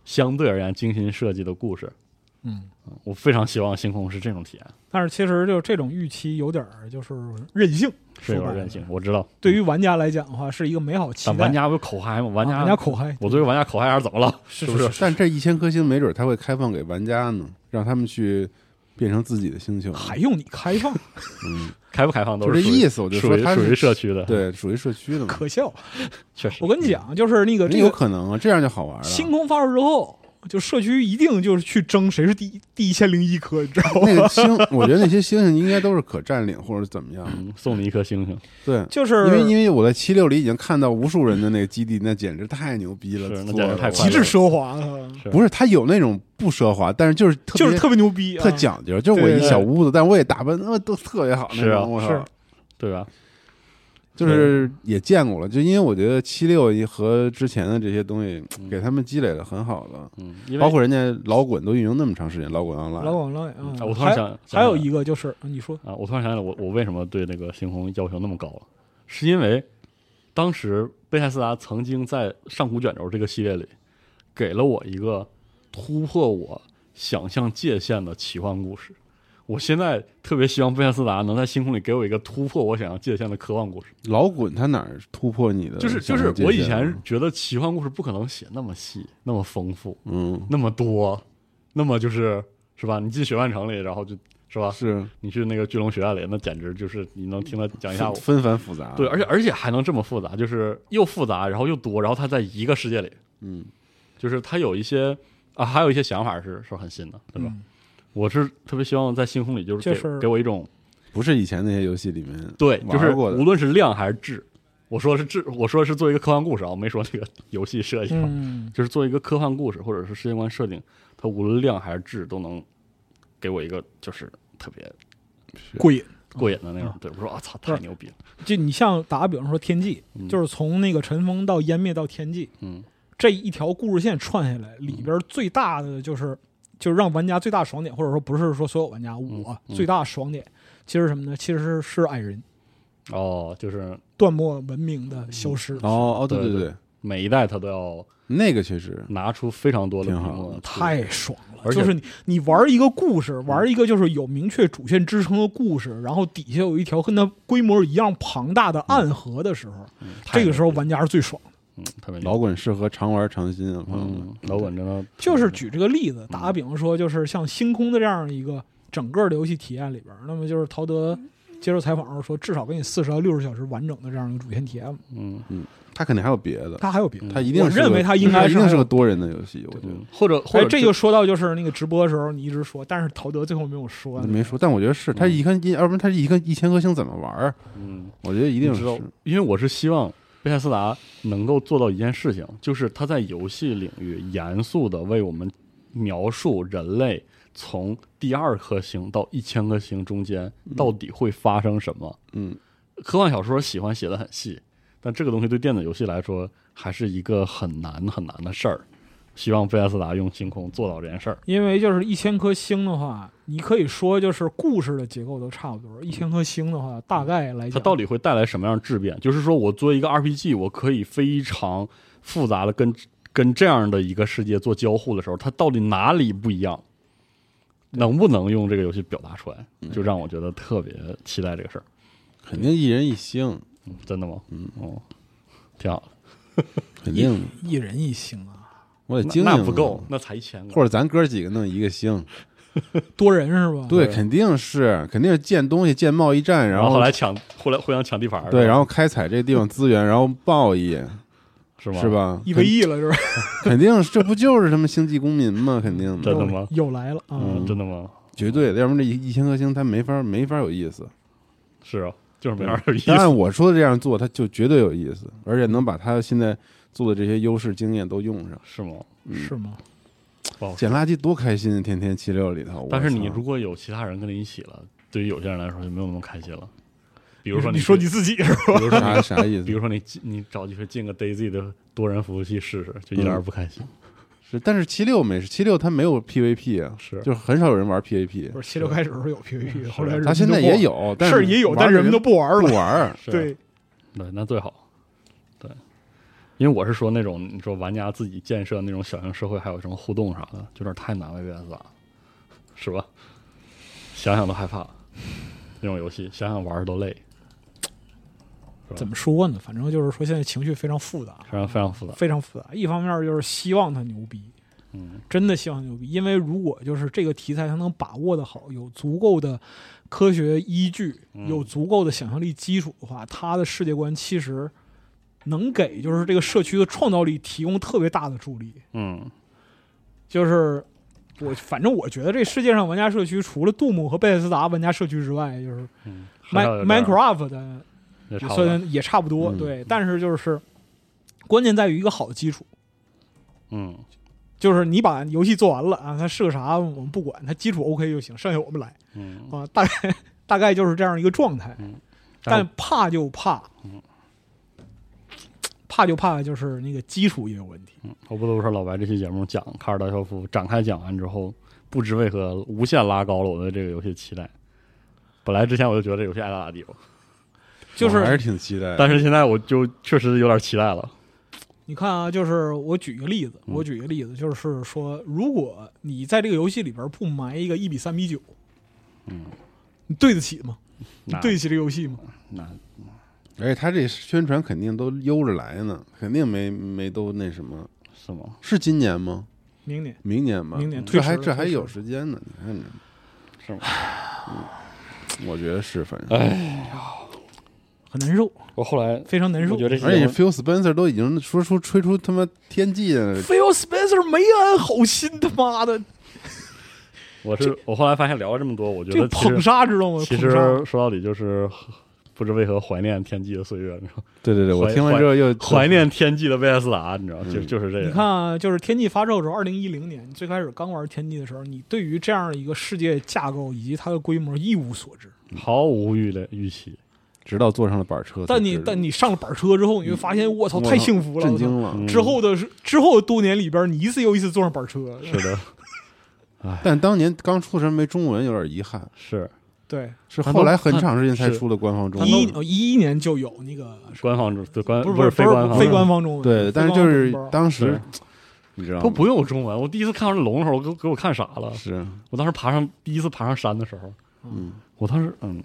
相对而言精心设计的故事，
嗯，
我非常希望星空是这种体验，
但是其实就这种预期有点儿就是任性，
是
说
有
白
点
了
任性，我知道。
对于玩家来讲的话，是一个美好期
但
待。
玩家不是口嗨吗？玩
啊
家，
玩家口嗨，
我作为玩家口嗨还是怎么 了？
是
不是
但这一千颗星没准他会开放给玩家呢，让他们去变成自己的星球。
还用你开放？
嗯，
开不开放都
就是这
属于
意思，我就
属
说
于
他
属
是
于社区的，，
对，属于社区的嘛。
可 笑！
确实。
我跟你讲，就是那个
那
这
有
个
可能啊，这样就好玩了。
星空发售之后，就社区一定就是去争谁是第一第一千零一颗，你知道吗？
那个星，我觉得那些星星应该都是可占领或者怎么样的。
嗯，送你一颗星星，
对，
就是
因为因为我在七六里已经看到无数人的那个基地，那简直太牛逼了，
是那
做
简直
的
太
极
快
致
乐
奢华，啊
不是，他有那种不奢华，但是就是特别
就是特别牛逼啊，
特讲究，就我
对
一
对
小屋子，但我也打扮那都特别好那
是啊
种，我
是
靠，
对吧？
就是也见过了，就因为我觉得七六和之前的这些东西
嗯
给他们积累了很好的，
嗯，因为
包括人家老滚都运营那么长时间，老滚 online，
老广老广
嗯
啊！
我突然
还
想，
还有
个
一个就是啊你说
啊，我突然想起来，我我为什么对那个星空要求那么高了，是因为当时贝塞斯达曾经在《上古卷轴》这个系列里给了我一个突破我想象界限的奇幻故事。我现在特别希望贝塞斯达能在星空里给我一个突破我想象界限的科幻故事。
老滚他哪儿突破你的
就是
想
就
象界限
是
了？，
我以前觉得奇幻故事不可能写那么细、那么丰富、
嗯
那么多，那么就是是吧？你进学院城里，然后就是吧，
是
你去那个巨龙学院里，那简直就是你能听他讲一下午，
纷繁复杂，
对，而且而且还能这么复杂，就是又复杂，然后又多，然后他在一个世界里，
嗯，
就是他有一些啊，还有一些想法是是很新的，对吧？
嗯
我是特别希望在星空里，就是给、
就是
给我一种
不是以前那些游戏里面
对，就是
玩过的
无论是量还是质，我说的是质，我说的是做一个科幻故事啊，我没说这个 游戏设计啊。
嗯，
就是做一个科幻故事或者是世界观设定，它无论量还是质都能给我一个就是特别
过瘾。
过瘾的那种。
嗯
对，我说我操，太牛逼了！
就你像打个比方说《天际
嗯》，
就是从那个尘封到湮灭到天际，
嗯，
这一条故事线串下来，里边最大的就是就是让玩家最大爽点，或者说不是说所有玩家，我
嗯
最大爽点其实是什么呢？其实是矮人
哦，就是
断末文明的消失。
嗯
哦哦对
对
对
对嗯
对，
每一代它都要
那个确实
拿出非常多的屏
挺好
幕，
太爽了！
而且
就是你，你玩一个故事，玩一个就是有明确主线支撑的故事，然后底下有一条跟它规模一样庞大的暗河的时候，
嗯
这个时
太
候，
牛逼了
玩家是最爽的。
嗯，特别牛
老滚适合常玩常新啊，朋友们
嗯，老滚真的
就是举这个例子，打个比方说，就是像星空的这样一个整个的游戏体验里边，那么就是陶德接受采访时候说，至少给你四十到六十小时完整的这样一个主线体验。
嗯
他肯定还有别的，
他还有别的，
他一定
我
是个
认为他应该是
一定
还
是
有
个多人的游戏，我觉得
嗯，或者或
哎
者，
这就说到就是那个直播的时候，你一直说，但是陶德最后没有说，
没说，但我觉得是他一看一，要不然他一看一千颗星怎么玩儿？
嗯。
我觉得一定
你知道
是，
因为我是希望贝塞斯达能够做到一件事情，就是他在游戏领域严肃的为我们描述人类从第二颗星到一千颗星中间到底会发生什么。
嗯，
科幻小说喜欢写的很细，但这个东西对电子游戏来说还是一个很难很难的事儿。希望贝塞斯达用星空做到这件事儿。
因为就是一千颗星的话，你可以说就是故事的结构都差不多。一千颗星的话，大概来讲，
它到底会带来什么样的质变？就是说我作为一个 RPG，我可以非常复杂的跟跟这样的一个世界做交互的时候，它到底哪里不一样？能不能用这个游戏表达出来？
嗯
就让我觉得特别期待这个事儿。
肯定一人一星，
嗯真的吗？嗯，哦，挺好的。
肯定
一人一星啊，
我得
那
经营
那
啊
不够，，嗯那才一千
或
个。
者咱哥几个弄一个星，
多人是吧？
对，肯定是肯定是建东西建贸易战，
然
后
后来抢，后来互相抢地盘儿，
对，然后开采这地方资源，然后贸易
是吗？
是？吧？
一 v 一了是吧？
肯 定是这不就是他们星际公民吗？肯定
真的
的，
吗
又来了啊！
嗯，真的吗？
绝对的，要不然这一一千颗星他没法没法有意思。
是啊，就是没法有意
但
思。
按我说的这样做，他就绝对有意思，而且能把他现在做的这些优势经验都用上。
是吗？
是吗？
不好说
捡垃圾多开心，天天七六里头。我
但是你
操
如果有其他人跟你一起了，对于有些人来说就没有那么开心了。比
比
如说
你
去
说你自己是吧？
比如说
啥
你，
啥意
比
思？
如说你进你找机会进个 Daisy 的多人服务器试试，就一
嗯
点儿不开心。
是，但是七六没事，七六它没有 PVP 啊，
是
就是很少有人玩 PVP。
不是七六开始的时候有 PVP，后来人
他现在
都不玩
也有，但
事儿也有，但人们都
都
不玩
不
了。
玩儿。
是啊
对，
对，那最好。对，因为我是说那种你说玩家自己建设那种小型社会，还有什么互动啥的，有点太难为 VS 了。是吧？想想都害怕，这种游戏想想玩儿都累，
怎么说呢？反正就是说现在情绪非常复杂，
非常非常复杂。
非常复杂。一方面就是希望他牛逼，
嗯，
真的希望牛逼，因为如果就是这个题材他能把握的好，有足够的科学依据，
嗯
有足够的想象力基础的话，他的世界观其实能给就是这个社区的创造力提供特别大的助力。
嗯，
就是我反正我觉得这世界上玩家社区除了杜牧和贝塞斯达玩家社区之外，就是
嗯，很少有
Min
这样
Minecraft 的
也差不多。
算也差不多，
嗯
对。但是就是关键在于一个好的基础。
嗯，
就是你把游戏做完了啊，它是个啥我们不管，它基础 OK 就行，剩下我们来
嗯，
啊，大概大概就是这样一个状态。
哎
但怕就怕，
嗯
怕就怕就是那个基础也有问题。
我不得不说，老白这期节目讲《卡尔达肖夫》展开讲完之后，不知为何无限拉高了我对这个游戏期待。本来之前我就觉得这游戏爱咋咋地吧，
就
我还
是
是挺期待的。
但是现在我就确实有点期待了。
你看啊，就是我举一个例子，
嗯
我举一个例子，就是说，如果你在这个游戏里边不埋一个一比三比九，
嗯，
你对得起吗？你
那
对得起这个游戏吗？
那
而且他这宣传肯定都悠着来呢，肯定没没都那什么，
是吗？
是今年吗？
明年
明年吧，
明年推
这
迟
还
了
这还
推迟
有
了
时间呢，你看着，
是 吗？
嗯我觉得是，反正。
很难受，
我后来
非常难受
我。觉得这期
而且
节目
Phil Spencer 都已经说出吹出他妈天际了，
Phil Spencer 没安好心，他妈的，
我是我后来发现聊了这么多，我觉
这
得
个
其实
捧杀知道吗？
其
捧杀
实说到底就是 不知为何怀念天际的岁月， 你知道吗，
对对对，我
怀
听完之后又
怀念天际的贝斯达，你知道吗，就
嗯
就是这
你
个。
看啊，就是《天际发售》的时候，二零一零年，你最开始刚玩《天际》的时候，你对于这样一个世界架构以及它的规模一无所知。
毫无预的预期，
直到坐上了板车才知道。
但你但你上了板车之后，你会发现，我操，
我
太幸福了！
震
我操
惊了。
嗯
之后的之后的多年里边，你一次又一次坐上板车，
是的，
但当年刚出的时候没中文，有点遗憾，
是
对，
是
他
后来
都
很
他
长时间才
是
出了官方中
一一
文。
哦一一年就有那个，
官方中对官
不是
呃是
是
非
不
官方，
非官方中文，
对，
非
但
嗯
是
官
就
方
是
中文
当时，你知道
都
吗？
不用中文。我第一次看到那龙的时候，我给给我看傻了。
是，啊
我当时爬上第一次爬上山的时候，
嗯，
我当时嗯，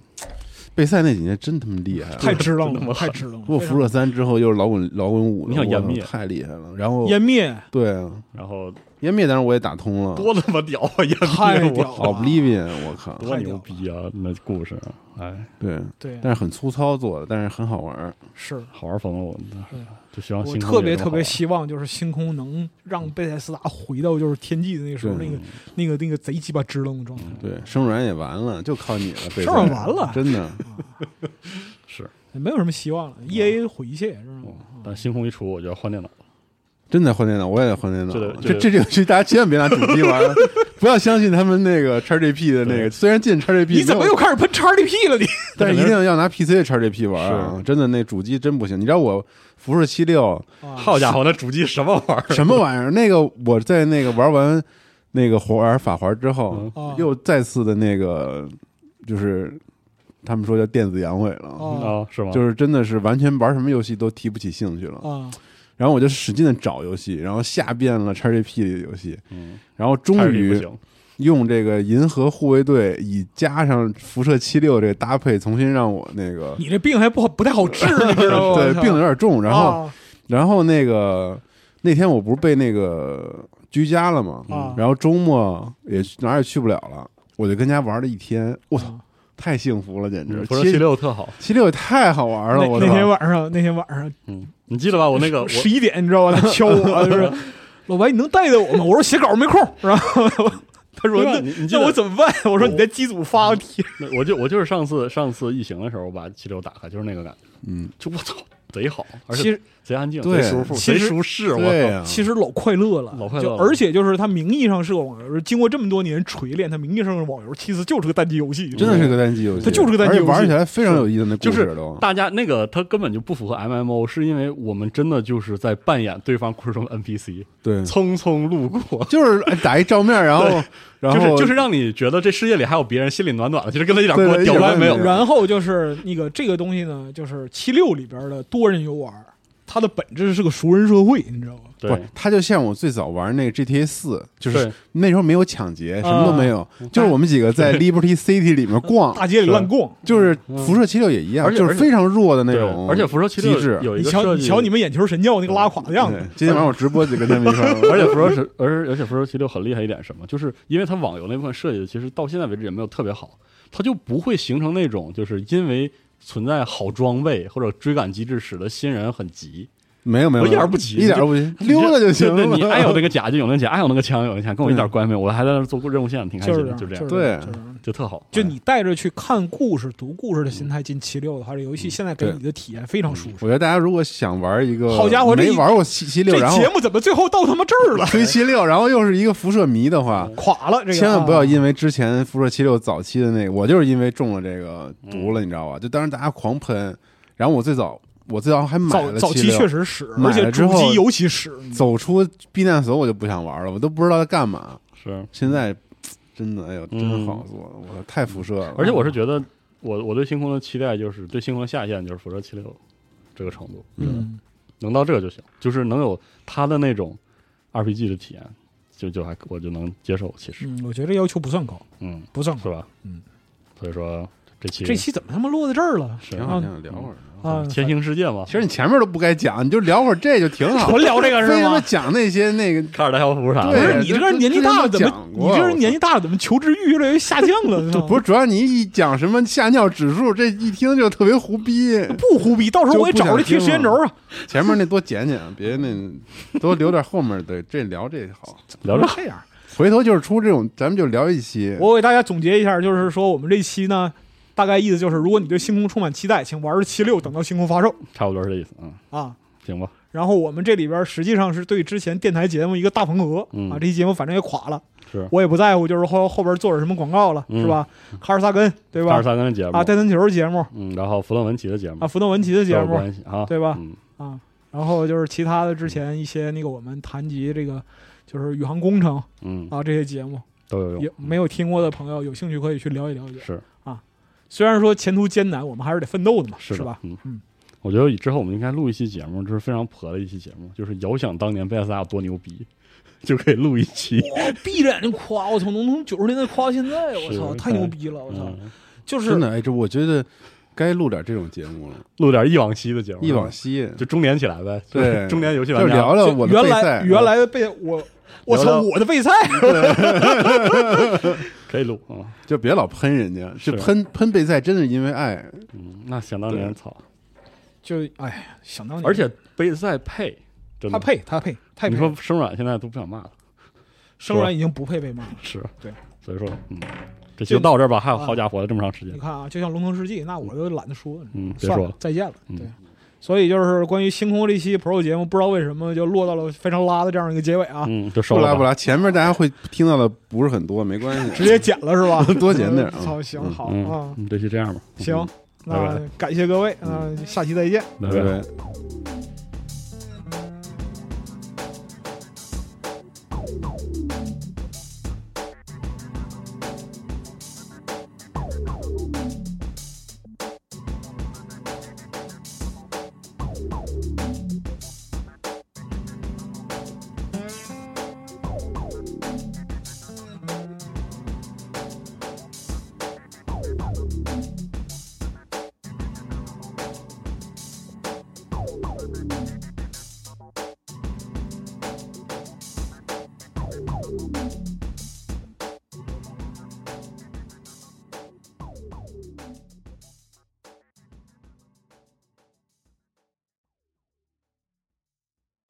备赛那几年真他妈厉害啊，
太支棱
真他
了，
妈
太支棱了，
不过
非
辐
常
射三之后又是老滚老滚五了，
你想
我
湮
操
啊
灭
太厉害了。然后
湮灭
对啊，
然 后
湮灭当然我也打通了哦
多他妈屌啊！也
太屌了
，Oblivion 我靠，
多牛逼啊！那故事，哎，
对，
对，
但是很粗糙做的，但是很好玩儿。
是
好玩疯了！我
对
就希望
我
啊星空
特别
也这么
特
好
别
玩
希望就是星空能让贝塞斯达回到就是天际的那个时候
对
那个那个那个贼鸡巴支棱的状态。
嗯
对，生软也完了，就靠 你了，贝
生软
塞
完了
真的。
是，
没有什么希
嗯
望了，E A 毁卸是吗？
但星空一出，我就要换电脑了。
真的换电脑，我也得换电脑
这个。这个
这这这游戏大家千万别拿主机 玩儿，不要相信他们那个 XGP 的那个，
对
虽然进 XGP，
你怎么
没有
又开始喷 XDP 了？你
但是一定要拿 PC 的 XGP 玩儿啊！真的，那主机真不行。你知道我辐射 七六
啊
好家伙，那主机什么玩意儿？
什么玩意儿？那个我在那个玩完那个玩法环之后，
啊
又再次的那个就是他们说叫电子阳痿了，
啊
啊，是吗？
就是真的是完全玩什么游戏都提不起兴趣了。
嗯
啊！
然后我就使劲的找游戏，然后下遍了 XGP 的游戏，
嗯
然后终
还是
于
不行。
用这个银河护卫队以加上辐射七六这个搭配，重新让我那个
你这病还不好不太好治，你 知道吗？
对
我操
病得有点重。然后，
啊
然后那个那天我不是被那个居家了嘛
啊，
然后周末也去哪儿也去不了了，我就跟家玩了一天，我操，太幸福了，简直！
不嗯是七六特好，
七六也太好玩了，
那
我
那天
操！
晚上那天晚上
嗯，你记得吧？我那 个我
十一点，你知道吧？他敲我，就是老白，你能带带我吗？我说写稿没空，然后他说
对吧
那
你你记
那
得嗯
我怎么办？我说你在机组发个帖，
那我就我就是上次上次疫情的时候，我把七六打开，就是那个感觉，
嗯，
就我操，贼好，而
其
且
实
贼安静，
对
贼舒服，
其
贼
实
舒适，
对
我操，
呀，
其实老快乐了，
啊老快乐
就
了
而且就是它名义上是个网游，经过这么多年锤炼，它名义上是网游，其实就是个单机游戏，
真的是个单机游戏，
它就是个单机游戏
而且玩起来非常有意思，那故事都。
大家那个它根本就不符合 MMO，是因为我们真的就是在扮演对方故事中的 NPC，
对，
匆匆路过。
就是哎打一照面，然后 然
就是
后
就是让你觉得这世界里还有别人，心里暖暖的。其实跟他一点
对
关
对
屌
一点
关系没有
关系。没有
然后就是那个这个东西呢，就是七六里边的多人游玩，它的本质是个熟人社会，你知道吗？
不
对
是，它就像我最早玩那个 GTA 四，就是
对
那时候没有抢劫，什么都没有，就是我们几个在 Liberty City 里面 逛，
大
啊
街里乱逛。
就是辐射七六也一样，
嗯而且
就是非常弱的那
对
种，
而且辐射七六
机制
有一
你
个
瞧，
设
你
计，
瞧你们眼球神教那个拉垮的样
对
子，，
今天晚上我直播就跟他们一 块儿玩
而且辐射是，而而且辐射七六很厉害一点是什么，就是因为它网游那部分设计的，其实到现在为止也没有特别好，它就不会形成那种就是因为存在好装备或者追赶机制使得新人很急，
没有没有，
我一点儿不急
一点儿不急，溜达就行
对
了。
对你爱有那个甲就有那甲，爱有那个枪有那枪，跟我一点关系没有，我还在那儿做过任务线，挺开
就
心
是
的，
这
就
样，
这
就
样，
是这样就
对
是这样
就特好。啊
就你带着去看故事、读故事的心态进七六的话，这游
嗯
戏现在给
对
你的体验非常舒
我
服。
觉得大家如果想玩一个，
好家伙这一
没玩过七七六，
这
然后
节目怎么最后到他妈这儿了？
推七六，然后又是一个辐射迷的话，
嗯
垮了，这个
千万不要
啊
因为之前辐射七六早期的那
嗯
个，我就是因为中了这个毒了，你知道吧？就当时大家狂喷，然后我最早我最早还买
早
了
早期
76
确实使，
买
而且
了之
主
后
机尤其使。
走出避难所我就不想玩了，我都不知道它干嘛。
是，
现在真的，哎呦，真
嗯
好做，我太辐射
嗯
了。
而且我是觉得我我对星空的期待就是对星空的下限就是辐射七六这个程度，
嗯，
能到这就行，就是能有他的那种 RPG 的体验，就就还我就能接受，其实，
嗯，我觉得这要求不算高，
嗯，
不算
是
高。
吧？
嗯，
所以说这期
这期怎么他妈落到这儿了？
是
挺好，挺好，聊会儿。
啊，
前行世界嘛，
其实你前面都不该讲，你就聊会儿这就挺好。
纯聊这个
非
是
他妈
吗？嗯
讲那些那个，
卡尔大校服啥
对
不是
的，
你这个人年纪大了，怎
之前都
么
讲
你
过
这个人年纪大了，怎么求知欲越来越下降了？
不是主要你一讲什么吓尿指数，这一听就特别胡逼。
不胡逼，到时候我也找着
就不想听
贴时间轴啊。
前面那多剪剪，别那多留点后面的，这聊这好。
聊着
这样，
回头就是出这种，咱们就聊一期。
我给大家总结一下，就是说我们这期呢，大概意思就是，如果你对星空充满期待，请玩七六，等到星空发售
差不多是这意思，嗯，
啊。
行吧，
然后我们这里边实际上是对之前电台节目一个大缝合、
嗯
啊，这期节目反正也垮了，
是
我也不在乎，就是后后边做点什么广告了，
嗯
是吧？卡尔萨根对
二
吧
十？三的节目
啊，戴森球节目
嗯，然后弗洛文奇的节目
啊，，福登文奇的节
都有
目
关系啊，
对吧
嗯，
啊，然后就是其他的之前一些那个我们谈及这个就是宇航工程
嗯，
啊这些节目，
都有用
也，没有听过的朋友有兴趣可以去了解了解。
是
虽然说前途艰难，我们还是得奋斗的嘛，
是
是
的
吧？？
嗯
嗯。
我觉得之后我们应该录一期节目，就是非常婆的一期节目，就是遥想当年贝塞斯达有多牛逼，就可以录一期。
我闭着眼睛夸，我操，能从九十年代夸到现在，我
是
操，太牛逼了，我操，
嗯，
就是
真的，哎，这我觉得该录点这种节目了，
录点忆往昔的节目，嗯
忆往昔。
就中年起来呗，
对
就是中年游戏
就
玩家
聊。聊我
就
的
原
备
来
赛，
原来的备 我，我
啊聊聊
操，我的 备赛，
可以录啊、
就别老喷人家，
是
就喷喷备赛，真是因为爱。
嗯，那想当年操，
就哎呀，想当年，
而且杯赛配，真的
他，配他配太
你
配
说
了，
生软现在都不想骂了，
生软已经不配被骂了。
是，
对，
所以说，嗯，这
就
就到这儿吧，还有
啊
好家伙，这么长时间
你，看啊，就像《龙腾世纪》，那我都懒得说了，
嗯，别
算
说
了
了，，
再见了。
嗯
对，所以就是关于星空这期 Pro 节目，不知道为什么就落到了非常拉的这样一个结尾啊，
嗯，就收
不
了
拉
吧
不拉，前面大家会听到的不是很多，没关系，
直接剪了是吧？
多剪点儿啊
操，行好
嗯
啊，，
嗯这期这样吧，
行，
拜嗯
那感谢各位，那下期再见。
拜
拜拜。